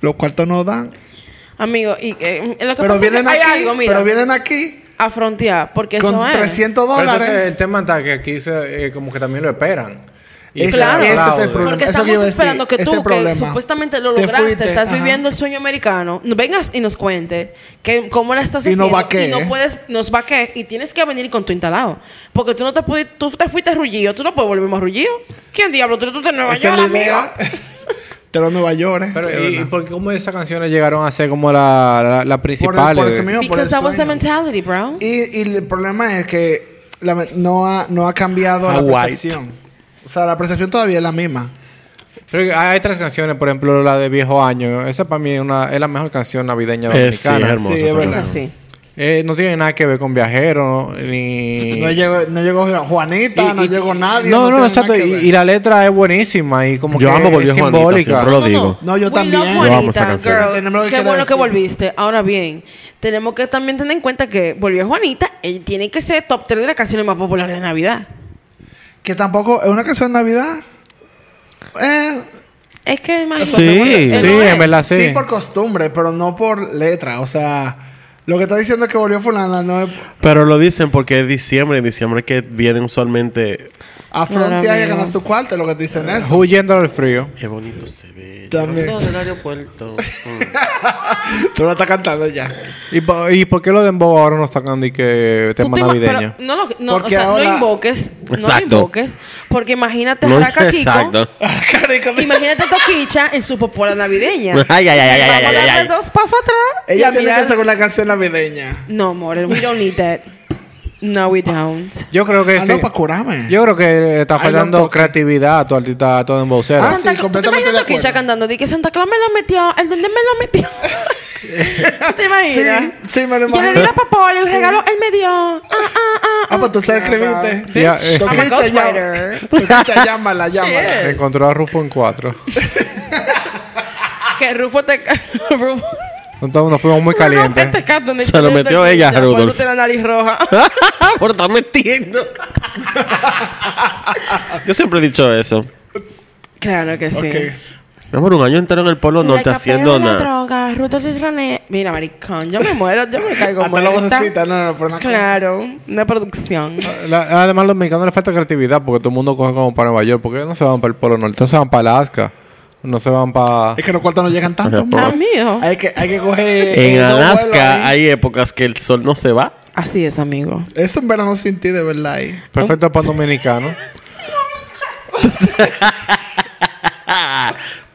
Speaker 3: los cuartos no dan.
Speaker 2: Amigo, y eh, lo que pasa
Speaker 3: Pero
Speaker 2: es
Speaker 3: vienen
Speaker 2: que hay
Speaker 3: aquí,
Speaker 2: algo, mira,
Speaker 3: pero vienen aquí
Speaker 2: a frontear, porque
Speaker 3: con
Speaker 2: eso es.
Speaker 3: 300
Speaker 4: Pero
Speaker 3: dólares.
Speaker 4: entonces el tema está que aquí se, eh, como que también lo esperan.
Speaker 3: Ese-
Speaker 4: se
Speaker 2: Claro. ese es el
Speaker 4: aplaude.
Speaker 3: problema.
Speaker 2: Porque
Speaker 3: Eso que
Speaker 2: estamos
Speaker 3: iba a decir,
Speaker 2: esperando que
Speaker 3: ese
Speaker 2: tú, que
Speaker 3: problema.
Speaker 2: supuestamente lo
Speaker 3: Te
Speaker 2: lograste,
Speaker 3: fuiste,
Speaker 2: estás
Speaker 3: ajá.
Speaker 2: viviendo el sueño americano, no vengas y nos cuentes que cómo la estás
Speaker 3: Y
Speaker 2: haciendo
Speaker 3: nos vaquee,
Speaker 2: y no
Speaker 3: ¿eh?
Speaker 2: puedes, nos va que y tienes que venir con tu instalado, porque tú no te pudi- tú te fuiste rullido, tú no puedes volver más rullido. ¿Quién diablo? Tú tú de Nueva
Speaker 3: Esa
Speaker 2: York,
Speaker 3: es la
Speaker 2: amigo. [laughs]
Speaker 3: idea. Te lo Nueva York. eh. Es
Speaker 4: Pero, ¿y,
Speaker 3: verdad.
Speaker 4: y por qué cómo esas canciones llegaron a ser como la, la, la principal?
Speaker 3: por
Speaker 4: eh?
Speaker 3: eso mismo. por
Speaker 2: Because
Speaker 3: el
Speaker 2: that was the
Speaker 3: sueño.
Speaker 2: mentality, bro.
Speaker 3: Y, y el problema es que la me- no, ha, no ha cambiado
Speaker 5: A
Speaker 4: Ah,
Speaker 3: la
Speaker 5: white.
Speaker 3: percepción. O sea, la percepción todavía es la misma.
Speaker 4: Pero hay otras canciones, por ejemplo, la de Viejo Año. Esa para mí es, una, es la mejor canción navideña
Speaker 5: Es, Eh, sí, es
Speaker 4: dominicana.
Speaker 5: hermosa.
Speaker 3: Sí,
Speaker 5: esa
Speaker 3: es
Speaker 2: Es
Speaker 3: verdad.
Speaker 5: canción.
Speaker 2: así.
Speaker 4: Eh, no tiene nada que ver con viajero no, ni...
Speaker 3: No llegó, no llegó Juanita,
Speaker 4: Y-
Speaker 3: no
Speaker 4: y-
Speaker 3: llegó nadie.
Speaker 4: No, no,
Speaker 3: tiene nada
Speaker 4: exacto.
Speaker 3: que
Speaker 4: Y,
Speaker 3: ver.
Speaker 4: y la letra es buenísima y como
Speaker 5: Yo
Speaker 4: que
Speaker 5: amo Volvió
Speaker 4: es
Speaker 5: Juanita,
Speaker 4: simbólica.
Speaker 5: siempre lo digo.
Speaker 3: No, yo
Speaker 2: We
Speaker 3: también.
Speaker 2: love
Speaker 3: Yo
Speaker 5: amo
Speaker 2: Juanita,
Speaker 5: esa canción.
Speaker 2: girl.
Speaker 3: Entendemos lo que
Speaker 2: Qué
Speaker 3: quiero
Speaker 2: bueno que
Speaker 3: decir.
Speaker 2: volviste. Ahora bien, tenemos que también tener en cuenta que volvió Juanita y tiene que ser top 3 de las canciones más populares de Navidad.
Speaker 3: Que tampoco es una canción de Navidad. Eh,
Speaker 2: Es que man,
Speaker 5: Sí,
Speaker 2: no
Speaker 4: sí,
Speaker 2: es.
Speaker 4: en verdad
Speaker 3: sí.
Speaker 4: Ah, sí.
Speaker 3: por costumbre, pero no por letra. O sea, lo que está diciendo es que volvió Fulana no es
Speaker 5: Pero lo dicen porque es diciembre. En diciembre es que vienen usualmente.
Speaker 3: a frontear y a
Speaker 2: amigo.
Speaker 3: ganar su cuarto. Lo que te dicen es eso.
Speaker 4: Huyendo del frío.
Speaker 5: Qué bonito se ve.
Speaker 3: También.
Speaker 5: Llegando del [laughs] aeropuerto. Mm.
Speaker 4: Ah.
Speaker 3: [laughs] Tú lo estás cantando ya. [laughs]
Speaker 4: ¿Y, po- y por qué lo de Embo ahora no sacan de que
Speaker 2: Tú
Speaker 4: tema
Speaker 2: te ima-
Speaker 4: navideño?
Speaker 2: pero no, lo- no,
Speaker 3: Porque
Speaker 2: o sea,
Speaker 3: ahora-
Speaker 2: no invoques, no
Speaker 5: Exacto.
Speaker 2: invoques, porque imagínate
Speaker 5: No,
Speaker 2: a Raca Kiko,
Speaker 5: Exacto.
Speaker 3: Carico,
Speaker 2: imagínate a Toquicha en su popular navideña.
Speaker 5: [laughs] Ay, ay, ay, ay, ay,
Speaker 2: Vamos
Speaker 5: ay,
Speaker 2: a
Speaker 5: ay,
Speaker 2: darle
Speaker 5: ay.
Speaker 2: dos pasos atrás. y a
Speaker 3: Ella tiene
Speaker 2: mirar-
Speaker 3: que hacer una canción navideña.
Speaker 2: No, amor, we don't need that. No, we don't.
Speaker 4: Yo creo que
Speaker 3: Ah,
Speaker 4: sí.
Speaker 3: no, para curarme.
Speaker 4: Yo creo que está
Speaker 3: I
Speaker 4: faltando
Speaker 3: love Toki.
Speaker 4: creatividad a tu artista, a tu embocero.
Speaker 3: Ah,
Speaker 2: Santa
Speaker 3: sí,
Speaker 2: Cla- ¿Tú te
Speaker 3: completamente de
Speaker 2: imaginas a Toquicha
Speaker 3: acuerdo.
Speaker 2: cantando? Di que Santa Claus me lo metió, el duende me lo
Speaker 3: [laughs]
Speaker 2: metió. ¿Tú te imaginas?
Speaker 3: Sí, sí, me lo
Speaker 2: Yo le di
Speaker 3: imagino.
Speaker 2: la papola y un regalo él me dio. Ah, ah, ah.
Speaker 3: Ah, pues tú te
Speaker 2: Claro.
Speaker 3: escribiste.
Speaker 4: Ya,
Speaker 2: Bitch,
Speaker 4: eh,
Speaker 2: I'm a
Speaker 3: Toquicha, ya.
Speaker 2: ghostwriter. [laughs]
Speaker 3: Escucha, llámala, llámala.
Speaker 2: Shit.
Speaker 4: Encontró a Rufo en cuatro.
Speaker 2: Que Rufo
Speaker 3: [laughs]
Speaker 2: te... Rufo...
Speaker 4: Entonces nos fuimos muy
Speaker 2: No,
Speaker 4: calientes.
Speaker 2: este canto me-
Speaker 5: Se lo metió ella,
Speaker 2: Por eso
Speaker 5: Rudolph.
Speaker 2: tiene la nariz
Speaker 5: [laughs]
Speaker 2: roja.
Speaker 5: [laughs] Por estar metiendo. [laughs] Yo siempre he dicho eso.
Speaker 2: claro que sí.
Speaker 3: Ok.
Speaker 5: Mi amor, un año entero en el Polo Norte haciendo nada.
Speaker 2: Droga, Rudolph y René. Mira, maricón, yo me muero, yo me caigo
Speaker 3: [laughs] Hasta la
Speaker 2: muerta.
Speaker 3: vocecita, no, no, pero una cosa.
Speaker 2: Claro, una producción.
Speaker 4: La- además, a los mexicanos les falta creatividad porque todo el mundo coge como para Nueva York. ¿Por qué no se van para el Polo Norte? No se van para Alaska. No se van para.
Speaker 3: Es que los cuartos no llegan tanto.
Speaker 2: Ah,
Speaker 5: Ajá.
Speaker 3: man.
Speaker 2: Amigo.
Speaker 3: Hay que, hay que coger.
Speaker 5: En
Speaker 3: eh, dos vuelos
Speaker 5: Alaska
Speaker 3: ahí.
Speaker 5: hay épocas que el sol no se va.
Speaker 2: Así es, amigo.
Speaker 3: Es un verano sin ti, de verdad. ahí.
Speaker 4: Perfecto para dominicano.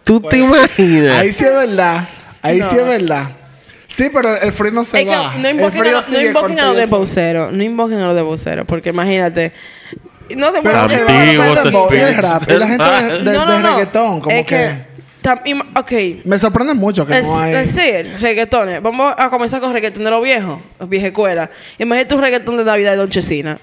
Speaker 5: ¿Tú te imaginas?
Speaker 3: Ahí sí es verdad. Ahí sí es verdad. Sí, pero el frío no se
Speaker 2: Es que
Speaker 3: va.
Speaker 2: no
Speaker 3: el
Speaker 2: invoquen, a,
Speaker 3: frío
Speaker 2: lo- no
Speaker 3: sigue
Speaker 2: invoquen a lo de
Speaker 3: corto y eso.
Speaker 2: Bowsero. No invoquen a lo de Bowsero. Porque imagínate. No te
Speaker 3: Pero
Speaker 2: mueras
Speaker 3: que
Speaker 2: de-
Speaker 3: va a
Speaker 5: Antiguos
Speaker 3: tocar dembow y el
Speaker 5: espíritus
Speaker 3: rap, y la gente de,
Speaker 5: del
Speaker 3: de-
Speaker 2: Ah. no, no,
Speaker 3: de
Speaker 2: no.
Speaker 3: reggaetón, como
Speaker 2: es
Speaker 3: que,
Speaker 2: que. tam- im- ok.
Speaker 3: Me sorprende mucho que
Speaker 2: Es,
Speaker 3: no hay.
Speaker 2: es decir, reggaetones. Vamos a comenzar con reggaetoneros viejos, los viejecuelas. Imagínate un reggaetón de Navidad de Don Chesina.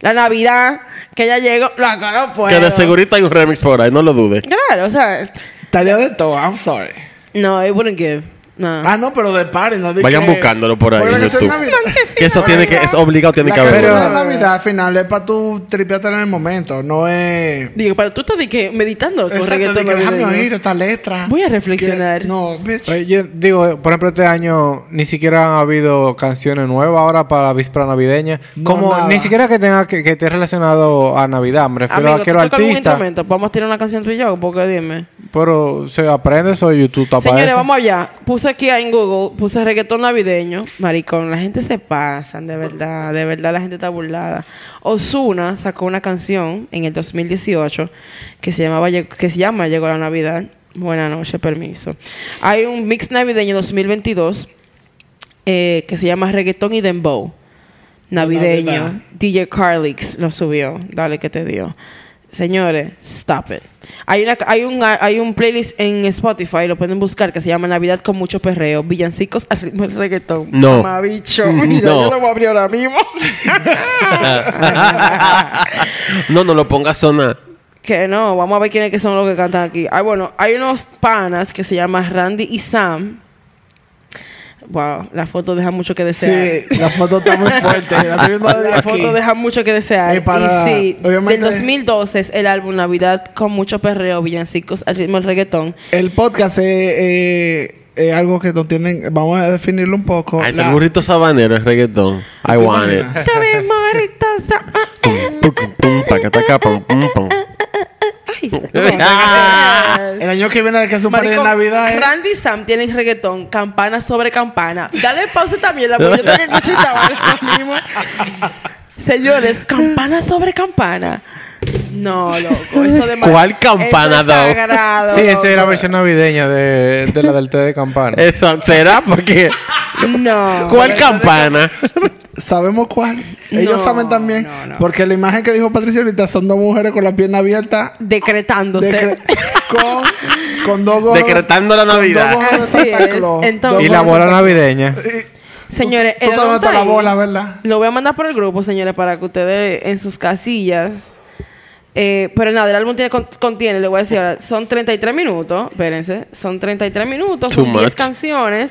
Speaker 2: La Navidad, que ya llegó, lo acá no puedo.
Speaker 5: Que de segurita hay un remix por ahí, no lo dudes.
Speaker 2: Claro, o sea,
Speaker 3: Tarea de todo, I'm sorry.
Speaker 2: no, it wouldn't give. No.
Speaker 3: Ah, no, pero de party, no de
Speaker 5: Vayan
Speaker 3: que-
Speaker 5: buscándolo por ahí
Speaker 3: Pero
Speaker 5: en
Speaker 3: la canción
Speaker 5: YouTube.
Speaker 3: de
Speaker 2: Don
Speaker 3: Navidad-
Speaker 2: Chesina,
Speaker 5: Que eso tiene que, es obligado, tiene
Speaker 3: La
Speaker 5: que haberlo.
Speaker 3: canción de Navidad al final es para tú tripearte en el momento, no es.
Speaker 2: Digo, pero tú estás de que meditando con
Speaker 3: Exacto, de
Speaker 2: reggaetón
Speaker 3: que déjame
Speaker 2: navideño.
Speaker 3: oír esta letra.
Speaker 2: Voy a reflexionar.
Speaker 3: Que- No, bitch.
Speaker 4: Eh, yo digo, eh, por ejemplo, este año ni siquiera ha habido canciones nuevas ahora para la víspera navideña.
Speaker 3: No,
Speaker 4: Como
Speaker 3: nada.
Speaker 4: ni siquiera que tenga que, que esté relacionado a Navidad. Me refiero
Speaker 2: Amigo,
Speaker 4: a
Speaker 2: ¿tú
Speaker 4: que los
Speaker 2: tocas algún
Speaker 4: artistas.
Speaker 2: instrumento? Vamos a tirar una canción tú y yo, porque dime.
Speaker 4: Pero se aprende eso de YouTube. tapa
Speaker 2: Señores,
Speaker 4: eso.
Speaker 2: vamos allá. Puse aquí en Google, puse reggaetón navideño. Maricón, la gente se pasan, de verdad, de verdad la gente está burlada. Osuna sacó una canción en el 2018 que se llamaba Lle- que se llama Llegó la Navidad. Buenas noches, permiso. Hay un mix navideño 2022 eh, que se llama Reggaetón y Dembow. Navideño.
Speaker 3: Navidad.
Speaker 2: DJ Carlix lo subió. Dale que te dio. Señores, stop it. Hay, una, hay, un, hay un playlist en Spotify, lo pueden buscar, que se llama Navidad con mucho perreo. Villancicos al ritmo del reggaetón.
Speaker 5: No.
Speaker 2: Mamabicho.
Speaker 5: Mm,
Speaker 2: Mira,
Speaker 5: no.
Speaker 2: yo lo voy a abrir ahora
Speaker 5: [laughs]
Speaker 2: mismo.
Speaker 5: [laughs] no, no lo pongas zona.
Speaker 2: que no, vamos a ver quiénes que son los que cantan aquí. Ah, bueno, hay unos panas que se llaman Randy y Sam. Wow, la foto deja mucho que desear.
Speaker 3: Sí, la foto
Speaker 2: [laughs]
Speaker 3: está muy fuerte. La estoy viendo desde
Speaker 2: La
Speaker 3: aquí.
Speaker 2: foto deja mucho que desear.
Speaker 3: Y para-
Speaker 2: y sí,
Speaker 3: obviamente-
Speaker 2: del 2012 es el álbum Navidad con mucho perreo, villancicos al ritmo del reggaetón.
Speaker 3: El podcast es eh, es algo que no tienen. Vamos a definirlo un poco.
Speaker 5: Ay,
Speaker 3: La-
Speaker 5: el burrito sabanero es reggaetón. I want it.
Speaker 2: Te ves morritosa. Ah,
Speaker 5: Pum, pum, pum, pum, pacataca, pum, pum, pum.
Speaker 2: Ay.
Speaker 5: Ah.
Speaker 3: el año que viene hay que hacer un par de
Speaker 2: Marico,
Speaker 3: Navidad. ¿eh?
Speaker 2: Randy Sam tiene reggaetón, campana sobre campana. Dale pausa también, la porque yo tengo el coche chaval ahora mismo. Señores, campana sobre campana. No, loco, eso de
Speaker 5: ¿Cuál campana,
Speaker 2: eso
Speaker 5: Dao?
Speaker 2: es sagrado,
Speaker 4: Sí, esa era la
Speaker 2: loco.
Speaker 4: versión navideña de, de la del té de campana.
Speaker 5: Eso será porque.
Speaker 2: No.
Speaker 5: ¿Cuál campana?
Speaker 3: Sabemos cuál. Ellos
Speaker 2: No,
Speaker 3: saben también.
Speaker 2: no, no.
Speaker 3: Porque la imagen que dijo Patricia ahorita son dos mujeres con la pierna abierta.
Speaker 2: Decretándose.
Speaker 3: decre- con, [laughs] con dos gorros.
Speaker 5: Decretando la
Speaker 3: con dos
Speaker 5: Navidad.
Speaker 3: gorros de
Speaker 2: Así
Speaker 3: Santa
Speaker 2: es.
Speaker 3: Claus,
Speaker 2: Entonces-
Speaker 3: dos
Speaker 4: y la
Speaker 3: gorros de
Speaker 4: bola
Speaker 3: Santa-
Speaker 4: navideña.
Speaker 2: Señores,
Speaker 3: Pues, Tú
Speaker 2: el
Speaker 3: sabes dónde está
Speaker 2: adulto
Speaker 3: la
Speaker 2: ahí-
Speaker 3: bola, ¿verdad?
Speaker 2: Lo voy a mandar por el grupo, señores, para que ustedes en sus casillas. eh, pero nada, el álbum tiene, con- contiene, le voy a decir ahora, son 33 minutos, espérense, son 33 minutos,
Speaker 5: Too
Speaker 2: son 10
Speaker 5: much.
Speaker 2: canciones.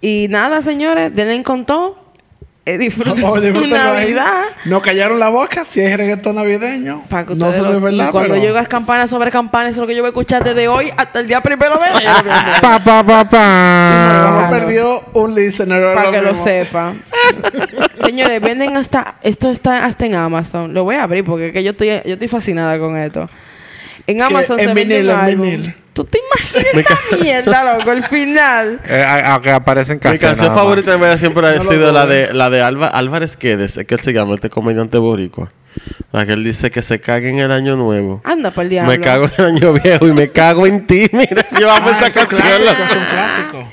Speaker 2: Y nada, señores, denle en con todo. Eh, disfruten
Speaker 3: [laughs] Oh, disfrútenlo ahí.
Speaker 2: Navidad.
Speaker 3: No callaron la boca si es reggaetón navideño.
Speaker 2: Para que
Speaker 3: No
Speaker 2: ustedes
Speaker 3: sé
Speaker 2: lo-
Speaker 3: de
Speaker 2: y
Speaker 3: verdad,
Speaker 2: cuando
Speaker 3: pero...
Speaker 2: llegas campana sobre campana, eso es lo que yo voy a escuchar desde hoy hasta el día primero de enero. mi amor.
Speaker 3: [laughs]
Speaker 4: Pa, pa, pa,
Speaker 3: Sí,
Speaker 4: pa.
Speaker 3: nos hemos perdido un listener. ahora
Speaker 2: Ah, Para que lo
Speaker 3: mismo. [laughs]
Speaker 2: sepa. Señores, venden hasta... Esto está hasta en Amazon. Lo voy a abrir porque es que yo estoy, yo estoy fascinada con esto. En Amazon
Speaker 3: en
Speaker 2: se vende
Speaker 3: vinilo,
Speaker 2: un
Speaker 3: en
Speaker 2: álbum.
Speaker 3: vinilo.
Speaker 2: ¿Tú te imaginas esa mierda, loco? El final.
Speaker 4: Eh, a, a que aparecen
Speaker 5: Mi canción favorita en verdad siempre ha
Speaker 3: No lo
Speaker 5: sido la
Speaker 3: dudo,
Speaker 5: de, la de Alba, Álvarez Quedes, es que él se llama, este comediante boricua. La que él dice que se cague en el año nuevo.
Speaker 2: Anda, por el diablo.
Speaker 5: Me cago en el año viejo y me cago en ti. [laughs] Mira, yo amo
Speaker 3: Ah, es
Speaker 5: esa
Speaker 3: un clásico,
Speaker 5: canción.
Speaker 3: [laughs] es un clásico.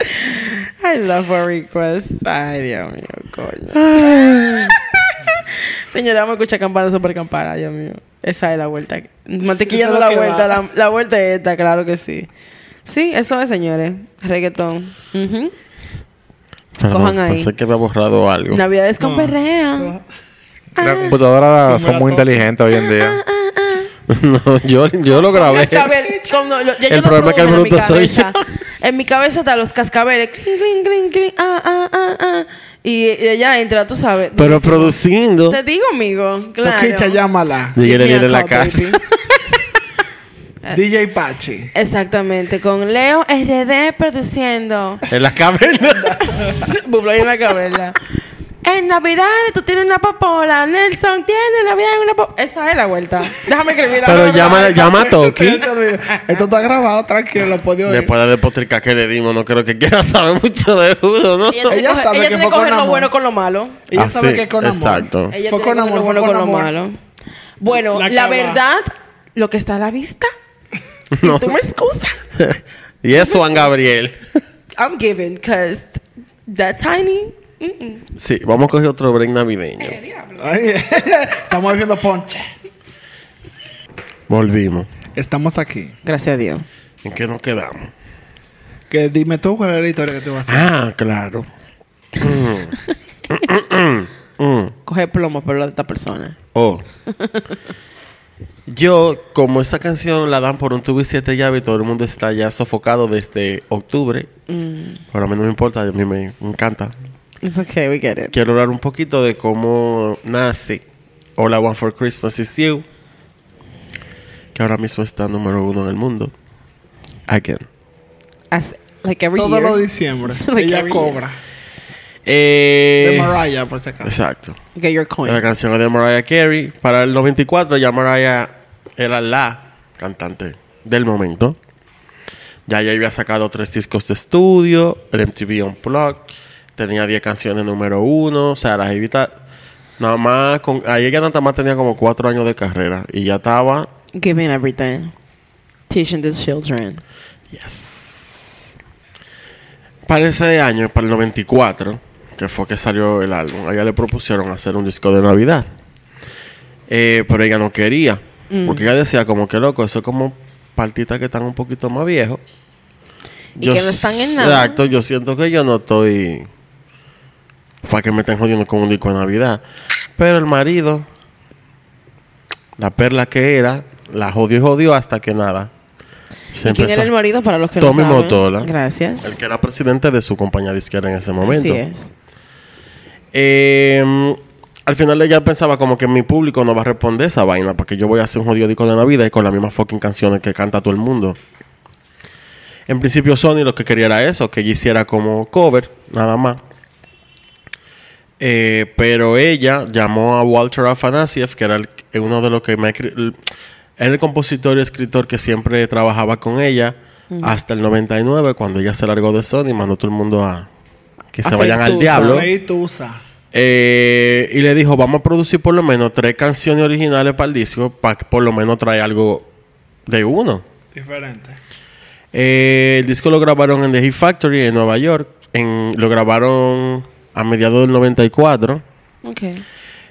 Speaker 2: I love a request. Ay, Dios mío, coño. Señora, vamos a escuchar campana sobre campana, Dios mío. Esa es la vuelta. Mantequilla
Speaker 3: Eso
Speaker 2: no
Speaker 3: es
Speaker 2: la
Speaker 3: lo que
Speaker 2: vuelta,
Speaker 3: da.
Speaker 2: la, la vuelta es esta, claro que sí. Sí, eso es, señores. Reggaetón. Ujú.
Speaker 5: Perdón,
Speaker 2: Cojan ahí.
Speaker 5: pensé que había borrado algo.
Speaker 2: Navidades con perrea.
Speaker 4: Las computadoras
Speaker 3: Primera
Speaker 4: son muy
Speaker 3: top.
Speaker 4: inteligentes hoy en día.
Speaker 5: [laughs] No, yo, yo lo grabé.
Speaker 2: Cascabel. Como no, yo- yo no
Speaker 5: El problema es que el
Speaker 2: produjo en mi
Speaker 5: bruto soy
Speaker 2: cabeza.
Speaker 5: [laughs]
Speaker 2: En mi cabeza están los cascabeles. Cling, cling, cling, cling. Ah, ah, ah, ah. Y, y ella entra, tú sabes.
Speaker 5: Pero
Speaker 2: durísimo.
Speaker 5: produciendo.
Speaker 2: Te digo, amigo. Claro.
Speaker 3: Toquicha, llámala.
Speaker 5: Llegué
Speaker 2: Give me
Speaker 5: en
Speaker 2: a
Speaker 5: la
Speaker 2: call,
Speaker 5: casa.
Speaker 2: baby. Ah.
Speaker 3: DJ Pachi.
Speaker 2: [laughs] Exactamente, con Leo RD
Speaker 5: [laughs]
Speaker 2: produciendo.
Speaker 5: En la caverna.
Speaker 2: Bublo ahí en la cabeza. En Navidad tú tienes una papola, Nelson tiene Navidad en una papola. Esa es la vuelta. Déjame escribir.
Speaker 5: Pero llama, llama a Ah, Toki.
Speaker 3: [laughs] Esto está grabado, tranquilo, lo podía oír.
Speaker 5: Después de la depotrica que le dimos, no creo que quiera [laughs] saber mucho de judo, ¿no?
Speaker 2: Ella,
Speaker 3: Ella sabe que
Speaker 2: tiene
Speaker 3: fue
Speaker 2: que coger
Speaker 3: con
Speaker 2: lo
Speaker 3: amor.
Speaker 2: bueno con lo malo.
Speaker 3: Ella
Speaker 5: Ah,
Speaker 3: sabe
Speaker 5: sí,
Speaker 3: que es con amor.
Speaker 2: Ella
Speaker 5: exacto.
Speaker 3: Fue
Speaker 2: tiene que
Speaker 3: con
Speaker 2: coger lo
Speaker 3: amor, fue
Speaker 2: bueno
Speaker 3: con
Speaker 2: con lo
Speaker 3: amor.
Speaker 2: malo. Bueno,
Speaker 3: La
Speaker 2: la,
Speaker 3: cava.
Speaker 2: verdad, lo que está a la
Speaker 3: [laughs]
Speaker 2: vista.
Speaker 5: No.
Speaker 2: Y
Speaker 5: [laughs]
Speaker 2: tú me excusas.
Speaker 5: y es Juan Gabriel.
Speaker 2: I'm giving, cause that tiny. Mm-mm.
Speaker 5: Sí, vamos a coger otro break navideño.
Speaker 3: Ay, [laughs] Estamos viendo ponche.
Speaker 5: Volvimos.
Speaker 3: Estamos aquí.
Speaker 2: Gracias a Dios.
Speaker 5: ¿En qué nos quedamos?
Speaker 3: Que dime tú cuál es la historia que tú vas a hacer.
Speaker 5: Ah, claro. Mm. [coughs]
Speaker 2: Coge plomo por lo de esta persona.
Speaker 5: Oh. Yo, como esa canción la dan por un tubo y siete llaves y todo el mundo está ya sofocado desde octubre,
Speaker 2: Mm.
Speaker 5: pero a mí no me importa, a mí me encanta.
Speaker 2: It's okay, we get it.
Speaker 5: Quiero hablar un poquito de cómo nace All I Want for Christmas is You, que ahora mismo está número uno en el mundo. Again.
Speaker 2: As, like
Speaker 5: Ah,
Speaker 2: every
Speaker 3: Todo
Speaker 2: year. [laughs]
Speaker 3: lo diciembre.
Speaker 2: Like
Speaker 3: ella
Speaker 2: every
Speaker 3: cobra.
Speaker 5: Eh,
Speaker 3: De Mariah, por si acaso.
Speaker 5: Exacto.
Speaker 2: Get your
Speaker 5: La
Speaker 2: coin.
Speaker 5: canción es de Mariah Carey. Para el 94 ya Mariah era la cantante del momento. Ya ella había sacado tres discos de estudio, el MTV Unplugged, tenía 10 canciones número uno, o sea, la jevita nada más con ahí ella nada más tenía como cuatro años de carrera y ya estaba
Speaker 2: Giving everything. Teaching the children.
Speaker 5: Yes. Para ese año, para el 94, que fue que salió el álbum, a ella le propusieron hacer un disco de Navidad. Eh, pero ella no quería.
Speaker 2: Mm.
Speaker 5: Porque ella decía, como que loco, eso es como partitas que están un poquito más viejos.
Speaker 2: Y que no están en nada.
Speaker 5: Exacto, yo siento que yo no estoy. Para que me estén jodiendo con un disco de Navidad. Pero el marido, la perla que era, la jodió y jodió hasta que nada. Se
Speaker 2: ¿Y quién
Speaker 5: empezó-
Speaker 2: era el marido para los que
Speaker 5: Tommy
Speaker 2: no saben?
Speaker 5: Mottola. el
Speaker 2: Gracias.
Speaker 5: que era presidente de su compañía de izquierda en ese momento.
Speaker 2: Así es.
Speaker 5: Eh, al final ella pensaba como que mi público no va a responder esa vaina porque yo voy a hacer un jodido disco de Navidad y con las mismas fucking canciones que canta todo el mundo. En principio Sony lo que quería era eso, que ella hiciera como cover, nada más. Eh, pero ella llamó a Walter Afanasieff, que era el- eh, uno de los que me... cri- el- Era el compositor y escritor que siempre trabajaba con ella hasta el 99, cuando ella se largó de Sony y mandó todo el mundo a... Que
Speaker 2: A
Speaker 5: se vayan al
Speaker 2: Feitusa.
Speaker 5: diablo.
Speaker 3: Soleil Tusa.
Speaker 5: Eh, y le dijo, vamos a producir por lo menos tres canciones originales para el disco, para que por lo menos trae algo de uno.
Speaker 3: Diferente.
Speaker 5: Eh, el disco lo grabaron en The Hit Factory en Nueva York. En- lo grabaron a mediados del 94.
Speaker 2: Ok.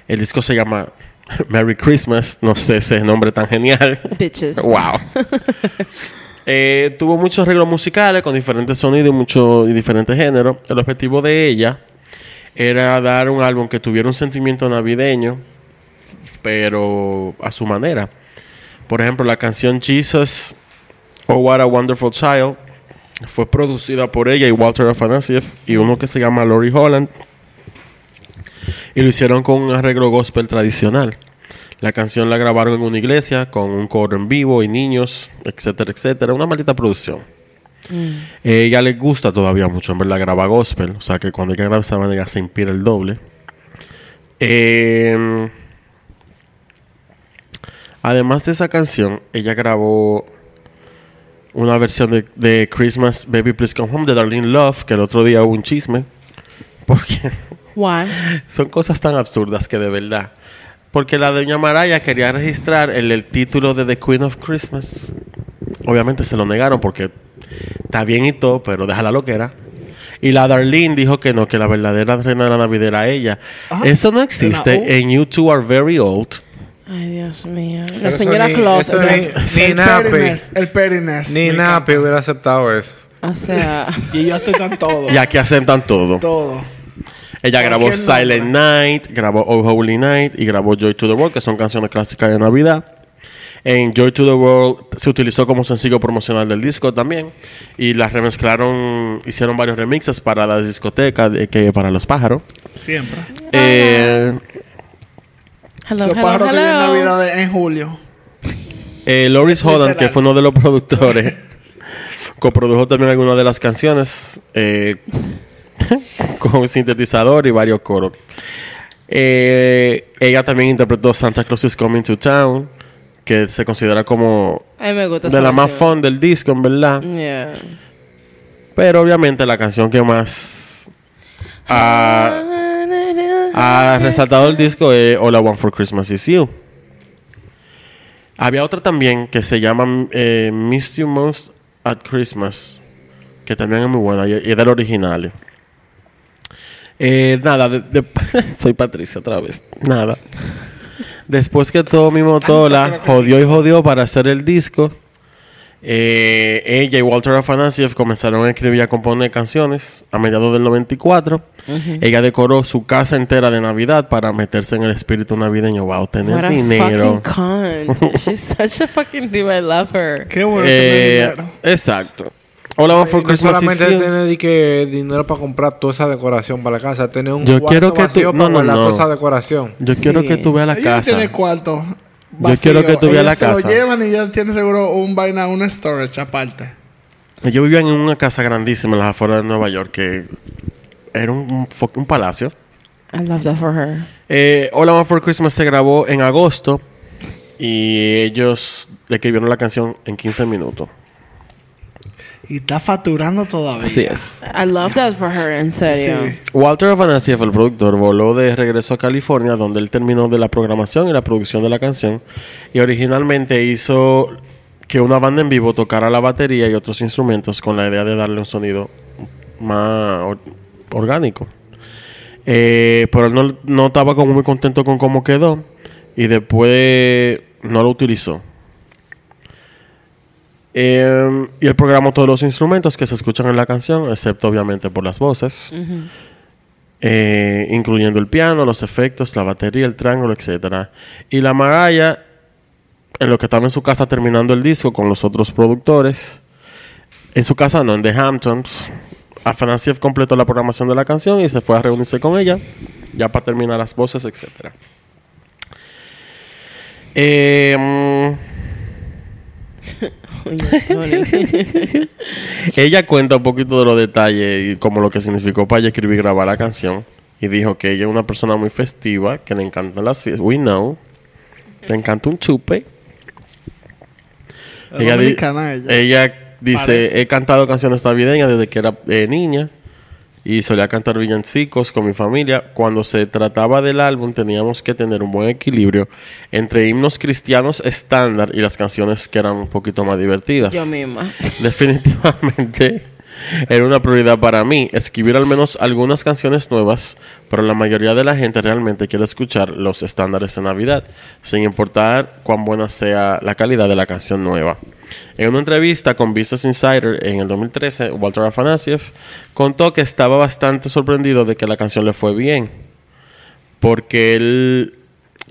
Speaker 5: El disco se llama [laughs] Merry Christmas. No sé ese nombre tan genial. [laughs]
Speaker 2: Bitches.
Speaker 5: wow. [laughs] Eh, tuvo muchos arreglos musicales con diferentes sonidos y, mucho, y diferentes géneros. El objetivo de ella era dar un álbum que tuviera un sentimiento navideño, pero a su manera. Por ejemplo, la canción Jesus, Oh What a Wonderful Child, fue producida por ella y Walter Afanasieff y uno que se llama Lori Holland. Y lo hicieron con un arreglo gospel tradicional. La canción la grabaron en una iglesia con un coro en vivo y niños, etcétera, etcétera. Una maldita producción. Eh, ella le gusta todavía mucho, en verdad, graba gospel. O sea que cuando ella graba esa manera se inspira el doble. Eh, además de esa canción, ella grabó una versión de, de Christmas Baby Please Come Home de Darlene Love, que el otro día hubo un chisme. [laughs] Porque
Speaker 2: Why?
Speaker 5: son cosas tan absurdas que de verdad. Porque la doña Maraya quería registrar el, el título de The Queen of Christmas. Obviamente se lo negaron porque está bien y todo, pero déjala lo que era. Y la Darlene dijo que no, que la verdadera reina de la Navidad era ella.
Speaker 3: Ah,
Speaker 5: eso no
Speaker 3: ¿era U?
Speaker 5: existe. En You Two Are Very Old.
Speaker 2: Ay, Dios mío. La
Speaker 4: eso
Speaker 2: señora
Speaker 4: ni-
Speaker 2: Claus.
Speaker 4: eso
Speaker 2: O
Speaker 4: ni-
Speaker 2: sea,
Speaker 4: Ni
Speaker 3: el
Speaker 4: Napi.
Speaker 3: Perines, El Perines.
Speaker 4: Ni
Speaker 3: Me
Speaker 4: Napi hubiera aceptado eso.
Speaker 2: o sea,
Speaker 3: Y ellos aceptan todo.
Speaker 5: Y aquí aceptan todo.
Speaker 3: Todo.
Speaker 5: Ella grabó
Speaker 3: Cualquier nombre.
Speaker 5: Silent Night, grabó Oh Holy Night y grabó Joy to the World, que son canciones clásicas de Navidad. En Joy to the World se utilizó como sencillo promocional del disco también. Y las remezclaron, hicieron varios remixes para las discotecas, de- que para los pájaros.
Speaker 3: Siempre.
Speaker 5: Eh,
Speaker 2: hello,
Speaker 3: Los
Speaker 2: hello,
Speaker 3: pájaros que vienen
Speaker 2: hello.
Speaker 3: Navidad de- en julio.
Speaker 5: eh, Loris Holland,
Speaker 3: Literal.
Speaker 5: que fue uno de los productores, coprodujo también algunas de las canciones eh, [laughs] con sintetizador y varios coros. Eh, ella también interpretó Santa Claus is Coming to Town, que se considera como
Speaker 2: A mí me gusta
Speaker 5: de
Speaker 2: esa
Speaker 5: la más
Speaker 2: versión.
Speaker 5: fun del disco, en verdad.
Speaker 2: Yeah.
Speaker 5: Pero obviamente la canción que más ha, ha resaltado el disco es All I Want for Christmas Is You. Había otra también que se llama eh, Miss You Most at Christmas, que también es muy buena y y es del original. Eh, nada, de- [laughs] de- soy Patricia otra vez. Nada. Después que Tommy
Speaker 2: Ah,
Speaker 5: Motola jodió y jodió para hacer el disco, eh, ella y Walter Afanasieff comenzaron a escribir y a componer canciones a mediados del 94. Ella decoró su casa entera de Navidad para meterse en el espíritu navideño. Va a
Speaker 2: What
Speaker 5: obtener
Speaker 2: a
Speaker 5: dinero.
Speaker 2: fucking
Speaker 5: [laughs]
Speaker 2: cunt. She's such a fucking diva. I love her.
Speaker 3: Qué bueno
Speaker 5: Eh,
Speaker 3: tener dinero.
Speaker 5: exacto. Hola, vamos for
Speaker 4: Eh, No
Speaker 5: Christmas.
Speaker 4: solamente
Speaker 5: is you.
Speaker 4: tener di que, dinero para comprar toda esa decoración para la casa, tener un
Speaker 5: Yo
Speaker 4: cuarto
Speaker 5: quiero que tú-
Speaker 4: vacío
Speaker 5: no,
Speaker 4: para
Speaker 5: no,
Speaker 4: guardar
Speaker 5: no.
Speaker 4: toda esa decoración.
Speaker 5: Yo quiero
Speaker 2: Sí.
Speaker 5: que tú veas la
Speaker 3: Ella no
Speaker 5: casa.
Speaker 3: tiene cuarto.
Speaker 5: quiero que tú veas
Speaker 3: Ellos
Speaker 5: la
Speaker 3: se
Speaker 5: casa.
Speaker 3: lo llevan y ya tiene seguro un vaina, un storage aparte.
Speaker 5: Yo vivía en una casa grandísima en las afueras de Nueva York que era un, un fo- un palacio.
Speaker 2: I love that for her.
Speaker 5: Eh, All I Want for Christmas se grabó en agosto y ellos le escribieron la canción en 15 minutos.
Speaker 3: Y está facturando todavía.
Speaker 5: es.
Speaker 2: I love that for her, en serio.
Speaker 3: Sí.
Speaker 5: Walter Afanasieff, el productor, voló de regreso a California, donde él terminó de la programación y la producción de la canción. Y originalmente hizo que una banda en vivo tocara la batería y otros instrumentos con la idea de darle un sonido más or- orgánico. Eh, pero él no, no estaba como muy contento con cómo quedó y después no lo utilizó. Eh, y él programó todos los instrumentos que se escuchan en la canción, excepto obviamente por las voces, Eh, incluyendo el piano, los efectos, la batería, el triángulo, etc. Y la Maraya, en lo que estaba en su casa terminando el disco con los otros productores, en su casa no, en The Hamptons, Afanasiev completó la programación de la canción y se fue a reunirse con ella, ya para terminar las voces, etc. Eh, mm,
Speaker 2: Coño, Loli.
Speaker 5: Ella cuenta un poquito de los detalles y como lo que significó para ella escribir y grabar la canción. Y dijo que ella es una persona muy festiva, que le encantan las fiestas. We know. Le encanta un chupe.
Speaker 3: Es
Speaker 5: di-
Speaker 3: dominicana ella.
Speaker 5: ella dice,
Speaker 3: Parece.
Speaker 5: he cantado canciones navideñas desde que era eh, niña. Y solía cantar villancicos con mi familia. Cuando se trataba del álbum teníamos que tener un buen equilibrio entre himnos cristianos estándar y las canciones que eran un poquito más divertidas.
Speaker 2: Yo misma.
Speaker 5: [laughs] Definitivamente era una prioridad para mí escribir al menos algunas canciones nuevas, pero la mayoría de la gente realmente quiere escuchar los estándares de Navidad, sin importar cuán buena sea la calidad de la canción nueva. En una entrevista con Business Insider en el 2013, Walter Afanasieff contó que estaba bastante sorprendido de que la canción le fue bien, porque él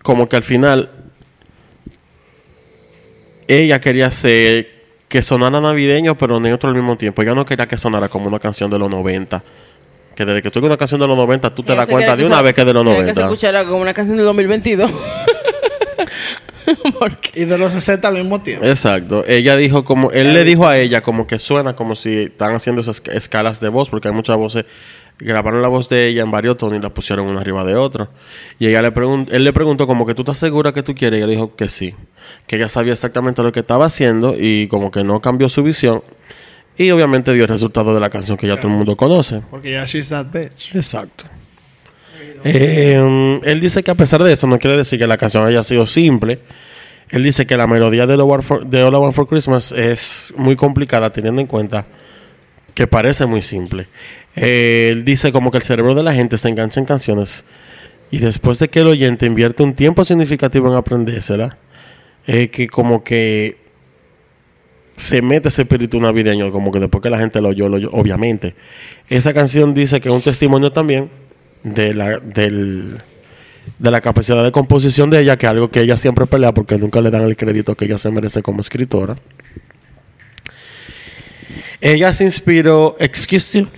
Speaker 5: como que al final ella quería hacer que sonara navideño, pero neutro al mismo tiempo. Ella no quería que sonara como una canción de los 90. Que desde que tú oyes una canción de los 90, tú te das cuenta de una vez que es de los
Speaker 2: Que se
Speaker 5: 90.
Speaker 2: escuchara como una canción del
Speaker 5: [laughs]
Speaker 2: 2022. [laughs] Porque
Speaker 3: Y de los 60 al mismo tiempo.
Speaker 5: Eh. Exacto. Ella dijo como... Él le dijo a ella como que suena como si están haciendo esas esca- escalas de voz, porque hay muchas voces... Grabaron la voz de ella en varios tonos y la pusieron una arriba de otra. Y ella le pregun- él le preguntó como que tú estás segura que tú quieres. Y ella dijo que sí. Que ella sabía exactamente lo que estaba haciendo y como que no cambió su visión. Y obviamente dio el resultado de la canción que ya todo el mundo conoce.
Speaker 3: Porque ya she's that bitch.
Speaker 5: Exacto. Eh, él dice que a pesar de eso, no quiere decir que la canción haya sido simple. Él dice que la melodía de, All I Want for, de All I Want for Christmas es muy complicada, teniendo en cuenta que parece muy simple. Eh, él dice como que el cerebro de la gente se engancha en canciones y después de que el oyente invierte un tiempo significativo en aprendérsela, eh, que como que se mete ese espíritu navideño, como que después que la gente lo oyó, lo oyó, obviamente. Esa canción dice que es un testimonio también de la, del, de la capacidad de composición de ella, que es algo que ella siempre pelea porque nunca le dan el crédito que ella se merece como escritora. Ella se inspiró, excuse you.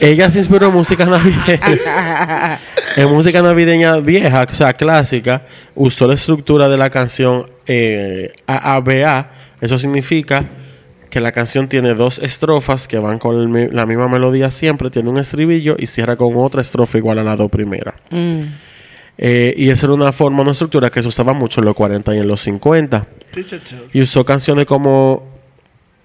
Speaker 5: ella se inspiró en música navideña. en música navideña vieja, o sea, clásica, usó la estructura de la canción eh, AABA. Eso significa que la canción tiene dos estrofas que van con el mi- la misma melodía siempre, tiene un estribillo y cierra con otra estrofa igual a la dos primera. Eh, y esa era una forma, una estructura que se usaba mucho en los 40 y en los 50 y usó canciones como.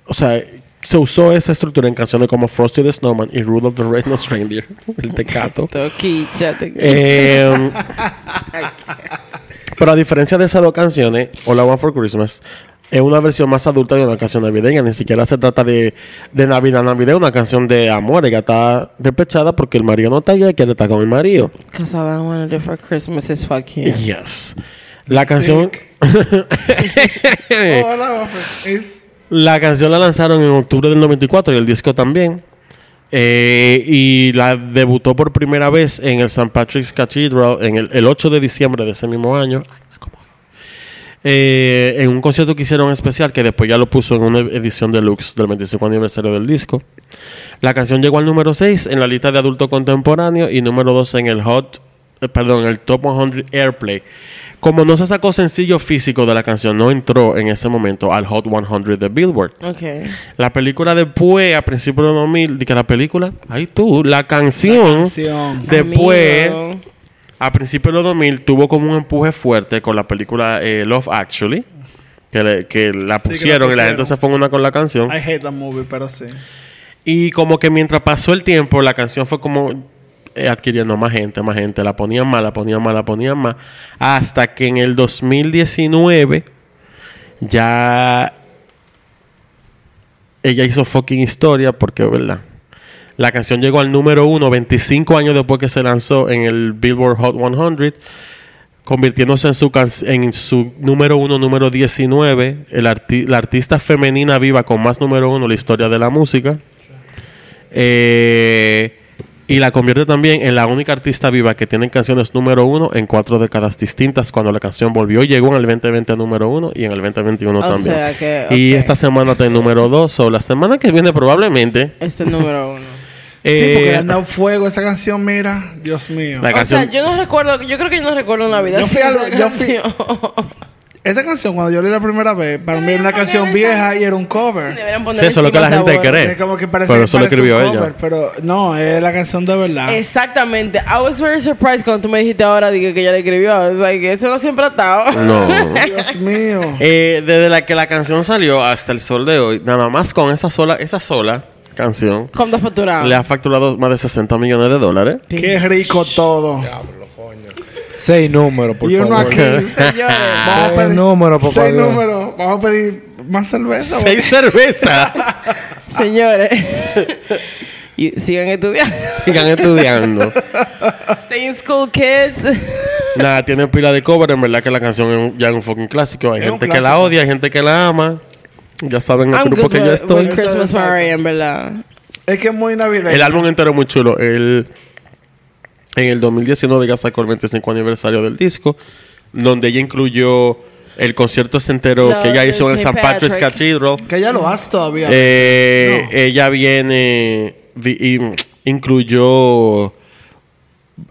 Speaker 5: O sea, se usó esa estructura en canciones como Frosty the Snowman y Rudolph the Red-Nosed Reindeer, [laughs] el
Speaker 2: [laughs]
Speaker 5: tecato.
Speaker 2: [laughs] toquicha,
Speaker 5: Eh, pero a diferencia de esas dos canciones, All I Want for Christmas, es una versión más adulta de una canción navideña. Ni siquiera se trata de, de Navidad, Navidad, una canción de amor. Ella está despechada porque el marido no está allá y quiere estar con el marido.
Speaker 2: Because all I wanted for Christmas is fuck you.
Speaker 5: Yes. La canción. Eh.
Speaker 3: Oh, Hola, es
Speaker 5: [laughs] La canción la lanzaron en octubre del 94 y el disco también. Eh, y la debutó por primera vez en el St. Patrick's Cathedral en el, el 8 de diciembre de ese mismo año. Eh, en un concierto que hicieron especial que después ya lo puso en una edición deluxe del 25 aniversario del disco. La canción llegó al número 6 en la lista de adulto contemporáneo y número 2 en el Hot, eh, perdón, en el Top 100 Airplay. Como no se sacó sencillo físico de la canción, no entró en ese momento al Hot 100 de Billboard.
Speaker 2: Ok.
Speaker 5: La película después, a principios de 2000, de que la película, ahí tú, la canción,
Speaker 3: canción.
Speaker 5: después,
Speaker 2: Amigo.
Speaker 5: a principios de los 2000, tuvo como un empuje fuerte con la película eh, Love Actually, que, le- que la
Speaker 3: Sí, que la
Speaker 5: pusieron y la gente
Speaker 3: pusieron.
Speaker 5: se fue en una con la canción.
Speaker 3: I hate that movie, pero sí.
Speaker 5: Y como que mientras pasó el tiempo, la canción fue como eh, adquiriendo más gente, más gente. La ponían más, la ponían más, la ponían más. Hasta que en el 2019 ya ella hizo fucking historia porque, ¿verdad? La canción llegó al número uno 25 años después que se lanzó en el Billboard Hot 100 convirtiéndose en su, can- en su número uno, número 19, el arti- la artista femenina viva con más número uno en la historia de la música. Eh, y la convierte también en la única artista viva que tiene canciones número uno en cuatro décadas distintas cuando la canción volvió. Llegó en el 2020 a número uno y en el 2021
Speaker 2: O
Speaker 5: también.
Speaker 2: sea que,
Speaker 5: Y
Speaker 2: ok.
Speaker 5: esta semana está en número dos. O la semana que viene probablemente...
Speaker 2: Este es el número uno.
Speaker 3: sí, porque
Speaker 5: eh,
Speaker 3: le han dado fuego a esa canción, mira. Dios mío.
Speaker 5: La
Speaker 2: o
Speaker 5: canción-
Speaker 2: sea, yo no recuerdo, yo creo que yo no recuerdo Navidad.
Speaker 3: Yo fui
Speaker 2: sin
Speaker 3: al-
Speaker 2: esa [laughs]
Speaker 3: yo fui-
Speaker 2: canción.
Speaker 3: Esa canción, cuando yo la oí la primera vez, para mí era una canción vieja y era un cover.
Speaker 2: Deberían
Speaker 5: Sí,
Speaker 2: ponerle
Speaker 5: eso es lo que la
Speaker 2: cinco
Speaker 5: gente
Speaker 2: sabores.
Speaker 5: cree.
Speaker 3: Es como que parece,
Speaker 5: pero eso lo
Speaker 3: parece
Speaker 5: escribió
Speaker 3: un
Speaker 5: ella.
Speaker 3: cover, Pero no, es la canción de
Speaker 5: Ah.
Speaker 3: verdad.
Speaker 2: Exactamente. I was very surprised cuando tú me dijiste ahora dije, que ella le escribió. O sea, que eso no siempre ha estado.
Speaker 5: [laughs] No.
Speaker 2: [laughs]
Speaker 3: Dios mío.
Speaker 5: Eh, desde la que la canción salió hasta el sol de hoy, nada más con esa sola, esa sola canción,
Speaker 2: Con dos
Speaker 3: Ah.
Speaker 2: facturados.
Speaker 5: le ha facturado más de 60 millones de
Speaker 3: [laughs]
Speaker 5: dólares.
Speaker 3: Qué rico todo.
Speaker 4: Seis números, por
Speaker 3: y uno
Speaker 4: favor.
Speaker 3: aquí.
Speaker 5: [laughs]
Speaker 2: Señores.
Speaker 3: Vamos a
Speaker 4: Seis
Speaker 3: pedir
Speaker 4: números, por
Speaker 3: Seis
Speaker 4: favor.
Speaker 3: números. Vamos a pedir más cerveza.
Speaker 5: ¡Seis cervezas! [laughs]
Speaker 2: Señores. [laughs] Y sigan estudiando.
Speaker 5: [laughs] Sigan estudiando.
Speaker 2: Stay in school, kids.
Speaker 5: Nada, tiene pila de cover. En verdad que la canción es un- ya es un fucking clásico. Hay
Speaker 3: Es un
Speaker 5: gente que la
Speaker 3: clásico.
Speaker 5: odia, hay gente que la ama. Ya saben el
Speaker 2: I'm
Speaker 5: grupo
Speaker 2: good
Speaker 5: que
Speaker 2: with,
Speaker 5: yo
Speaker 2: with
Speaker 5: estoy.
Speaker 3: Eso,
Speaker 2: Christmas
Speaker 3: exacto.
Speaker 2: party, en verdad.
Speaker 3: Es que es muy navideño.
Speaker 5: El álbum entero es muy chulo. El, en el 2019 ella sacó el 25 aniversario del disco, donde ella incluyó el concierto ese entero
Speaker 2: Lo
Speaker 5: que ella
Speaker 2: de
Speaker 5: hizo en el
Speaker 2: St.
Speaker 5: St. Patrick's
Speaker 2: Patrick.
Speaker 5: Cathedral.
Speaker 3: Que ella lo hace todavía.
Speaker 5: Eh,
Speaker 3: No.
Speaker 5: Ella viene vi- y, mm, incluyó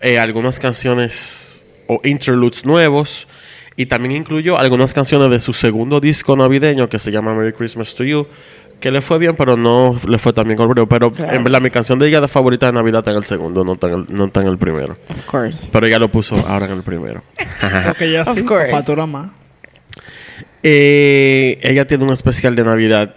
Speaker 5: eh, algunas canciones o interludes nuevos y también incluyó algunas canciones de su segundo disco navideño que se llama Merry Christmas to You que le fue bien pero no le fue tan bien con el primero pero en verdad mi canción de ella de favorita de Navidad está en el segundo no está en el, no está en el primero
Speaker 2: Of course.
Speaker 5: pero ella lo puso ahora en el primero
Speaker 3: Porque ella
Speaker 2: Of
Speaker 3: sí
Speaker 2: course.
Speaker 3: factura más.
Speaker 5: Eh, ella tiene un especial de Navidad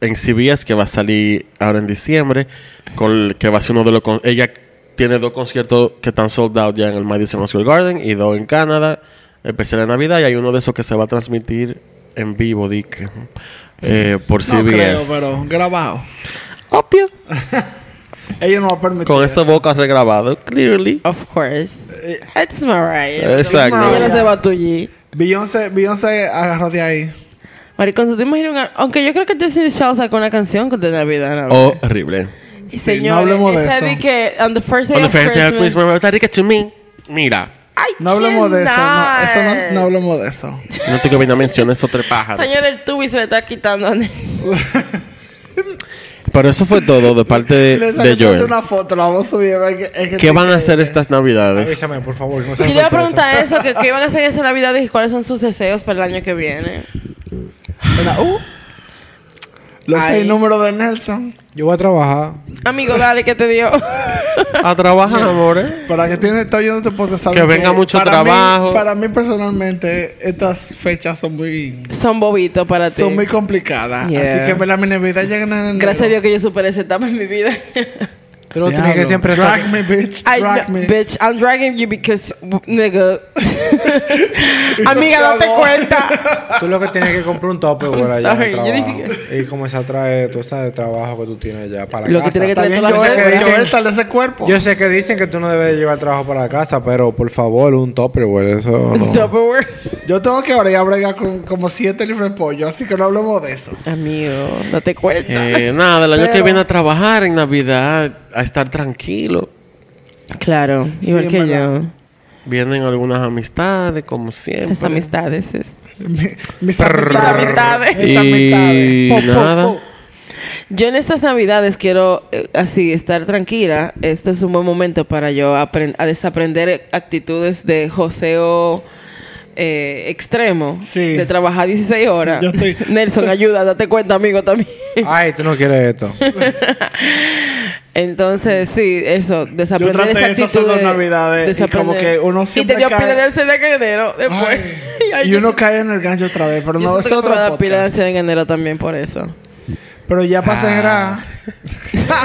Speaker 5: en CBS que va a salir ahora en diciembre, con el- que va a ser uno de los... con- Ella tiene dos conciertos que están sold out ya en el Madison Square Garden y dos en Canadá, especial de Navidad, y hay uno de esos que se va a transmitir en vivo, Dick, eh, por
Speaker 3: No creo,
Speaker 5: CBS.
Speaker 3: pero grabado.
Speaker 5: Obvio.
Speaker 3: Ella no va a permitir.
Speaker 5: Con estos bocas regrabados, clearly.
Speaker 2: Of course.
Speaker 3: Eh,
Speaker 2: It's Mariah.
Speaker 5: Exacto.
Speaker 2: Ella no se va a tullir.
Speaker 3: Beyoncé, Beyoncé agarró de ahí.
Speaker 2: Maricón, ¿tú te imaginas? una- Aunque yo creo que Destiny's Child sacó una canción con de Navidad. ¿no?
Speaker 5: Oh, Horrible.
Speaker 2: Y
Speaker 3: Sí,
Speaker 2: Señores,
Speaker 3: no hablemos de
Speaker 2: esa
Speaker 3: eso.
Speaker 2: de que on the first day
Speaker 5: On the
Speaker 2: of
Speaker 5: first day of
Speaker 2: Christmas-
Speaker 5: Christmas, that is to me. Mira,
Speaker 2: I
Speaker 3: No hablemos de eso. No,
Speaker 2: cannot.
Speaker 3: eso no, no hablemos de eso.
Speaker 5: no tengo que venir a mencionar esos tres pájaros.
Speaker 2: Señor, el tubi se le está quitando. [laughs]
Speaker 5: Pero eso fue todo de parte
Speaker 3: [laughs]
Speaker 5: de,
Speaker 3: Le
Speaker 5: de
Speaker 3: sacaste
Speaker 5: Joel.
Speaker 3: una foto, la vamos a subir. es que- es que
Speaker 5: ¿Qué
Speaker 3: te-
Speaker 5: van a hacer estas navidades?
Speaker 4: Avísame, por favor. No
Speaker 2: Yo
Speaker 4: seas
Speaker 2: le iba a
Speaker 4: sorpresa.
Speaker 2: preguntar eso, que qué iban a hacer esta Navidad y cuáles son sus deseos para el año que viene.
Speaker 3: Mira, uh, los
Speaker 2: Ay.
Speaker 3: seis números de Nelson.
Speaker 4: Yo voy a trabajar.
Speaker 2: Amigo, dale, ¿qué te dio? [laughs]
Speaker 5: A trabajar, eh? amores.
Speaker 3: Para que tiene, está oyendo este podcast, sabe
Speaker 5: Que venga mucho
Speaker 3: para
Speaker 5: trabajo.
Speaker 3: Mí, para mí personalmente, estas fechas son muy,
Speaker 2: son bobitos para ti.
Speaker 3: son muy complicadas.
Speaker 2: Yeah.
Speaker 3: Así que ¿verdad? mi Navidad llega en enero.
Speaker 2: Gracias a Dios que yo superé esa etapa en mi vida. [laughs]
Speaker 4: Tú lo tienes que
Speaker 3: Diablo.
Speaker 4: siempre
Speaker 3: Drag
Speaker 4: sacar-
Speaker 3: me, bitch.
Speaker 2: I
Speaker 3: Drag
Speaker 2: know-
Speaker 3: me.
Speaker 2: bitch, I'm dragging you because, w-
Speaker 3: [laughs]
Speaker 2: nigga. Amiga, date
Speaker 3: acabó.
Speaker 2: cuenta.
Speaker 3: [laughs]
Speaker 4: Tú lo que tienes que comprar un tope por allá. en
Speaker 2: sorry,
Speaker 4: el
Speaker 2: yo ni
Speaker 4: trabajo. Y comenzar a traer todo ese trabajo que tú tienes ya para la
Speaker 2: Lo que
Speaker 4: casa.
Speaker 2: tiene que
Speaker 3: Está
Speaker 2: traer
Speaker 3: bien,
Speaker 2: todas
Speaker 3: yo
Speaker 2: las
Speaker 3: sé que
Speaker 2: células.
Speaker 3: Joel sale ese cuerpo.
Speaker 4: Yo sé que dicen que tú no debes llevar trabajo para la casa, pero por favor, un Tupperware, eso no.
Speaker 2: Tupperware.
Speaker 3: Yo tengo que ahora ya bregar con como siete libras de pollo, así que no hablemos de eso.
Speaker 2: Amigo, date cuenta.
Speaker 5: Eh, nada, el año
Speaker 3: Pero-
Speaker 5: que viene a trabajar en Navidad, a estar tranquilo.
Speaker 2: Claro,
Speaker 3: Sí,
Speaker 2: igual
Speaker 3: en
Speaker 2: que
Speaker 3: verdad.
Speaker 2: yo.
Speaker 5: Vienen algunas amistades, como siempre.
Speaker 2: Las amistades. es-
Speaker 3: Mi- mis
Speaker 2: amistades.
Speaker 3: amistades. Mis amistades.
Speaker 5: Y
Speaker 2: Po, po, po.
Speaker 5: nada.
Speaker 2: Yo en estas navidades quiero eh, así estar tranquila. Este es un buen momento para yo apren- a desaprender actitudes de joseo eh, extremo.
Speaker 3: Sí.
Speaker 2: De trabajar 16 horas.
Speaker 3: Yo estoy-
Speaker 2: Nelson, ayuda, date cuenta, amigo, también.
Speaker 4: Ay, tú no quieres esto.
Speaker 2: Entonces, sí, eso,
Speaker 3: Yo
Speaker 2: desaprender
Speaker 3: traté
Speaker 2: esa
Speaker 3: eso
Speaker 2: actitud.
Speaker 3: solo en
Speaker 2: de-
Speaker 3: Navidades y como
Speaker 2: desaprender.
Speaker 3: que uno siempre
Speaker 2: Y te dio
Speaker 3: cae-
Speaker 2: pila de ansiedad en enero [laughs] después.
Speaker 3: Ay,
Speaker 2: Ay,
Speaker 3: y
Speaker 2: yo
Speaker 3: uno
Speaker 2: siento-
Speaker 3: cae en el gancho otra vez, pero
Speaker 2: yo
Speaker 3: no
Speaker 2: siento
Speaker 3: es
Speaker 2: que me
Speaker 3: otro
Speaker 2: va a dar pila de
Speaker 3: podcast.
Speaker 2: ansiedad en enero también por eso.
Speaker 3: Pero ya pasé
Speaker 2: Ah.
Speaker 3: era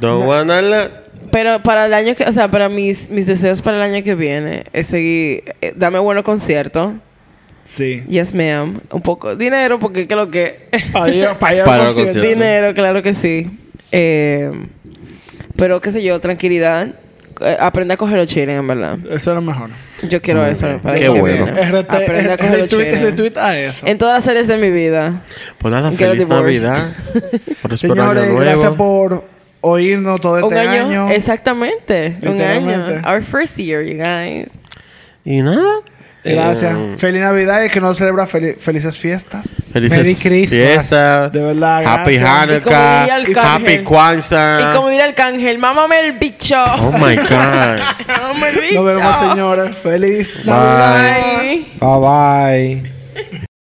Speaker 5: Don't wanna la-
Speaker 2: Pero para el año que, o sea, para mis, mis deseos para el año que viene es seguir, eh, dame buenos conciertos.
Speaker 3: Sí.
Speaker 2: Yes, ma'am. Un poco dinero, porque creo
Speaker 3: [laughs]
Speaker 2: que.
Speaker 3: Para ir, para ir al
Speaker 5: Para el
Speaker 3: concierto.
Speaker 5: concierto.
Speaker 2: dinero, claro que sí. Eh, pero qué sé yo, tranquilidad. Eh, aprende a coger los chiles, en verdad.
Speaker 3: Eso es lo mejor.
Speaker 2: Yo quiero eso. para
Speaker 5: Qué
Speaker 2: el año que
Speaker 5: bueno.
Speaker 2: viene.
Speaker 3: RT,
Speaker 2: Aprende a coger los
Speaker 3: retweet,
Speaker 2: chiles.
Speaker 3: retweet a eso.
Speaker 2: En todas las áreas de mi vida.
Speaker 5: Pues nada,
Speaker 2: Get
Speaker 5: feliz
Speaker 2: a divorce.
Speaker 5: Navidad. Próspero año
Speaker 3: Señores,
Speaker 5: nuevo.
Speaker 3: gracias por oírnos todo este
Speaker 2: un año,
Speaker 3: año.
Speaker 2: Exactamente. Un año.
Speaker 3: Literalmente.
Speaker 2: Our first year, you guys.
Speaker 5: Y nada.
Speaker 3: Gracias.
Speaker 2: Mm.
Speaker 5: Eh,
Speaker 3: Feliz Navidad y que no celebra fel- felices fiestas.
Speaker 4: Merry
Speaker 5: Felices
Speaker 4: Christmas.
Speaker 5: fiestas.
Speaker 3: De verdad,
Speaker 5: Happy
Speaker 3: gracias.
Speaker 2: Y como
Speaker 5: Hanukkah.
Speaker 2: diría el
Speaker 5: Happy
Speaker 2: cángel.
Speaker 5: Kwanzaa.
Speaker 2: Y como diría el cángel, mámame el bicho.
Speaker 5: Ah. Oh my God.
Speaker 2: Mámame el bicho.
Speaker 3: Nos vemos, señores. Feliz
Speaker 4: Bye.
Speaker 3: Navidad.
Speaker 2: Bye.
Speaker 4: Bye bye.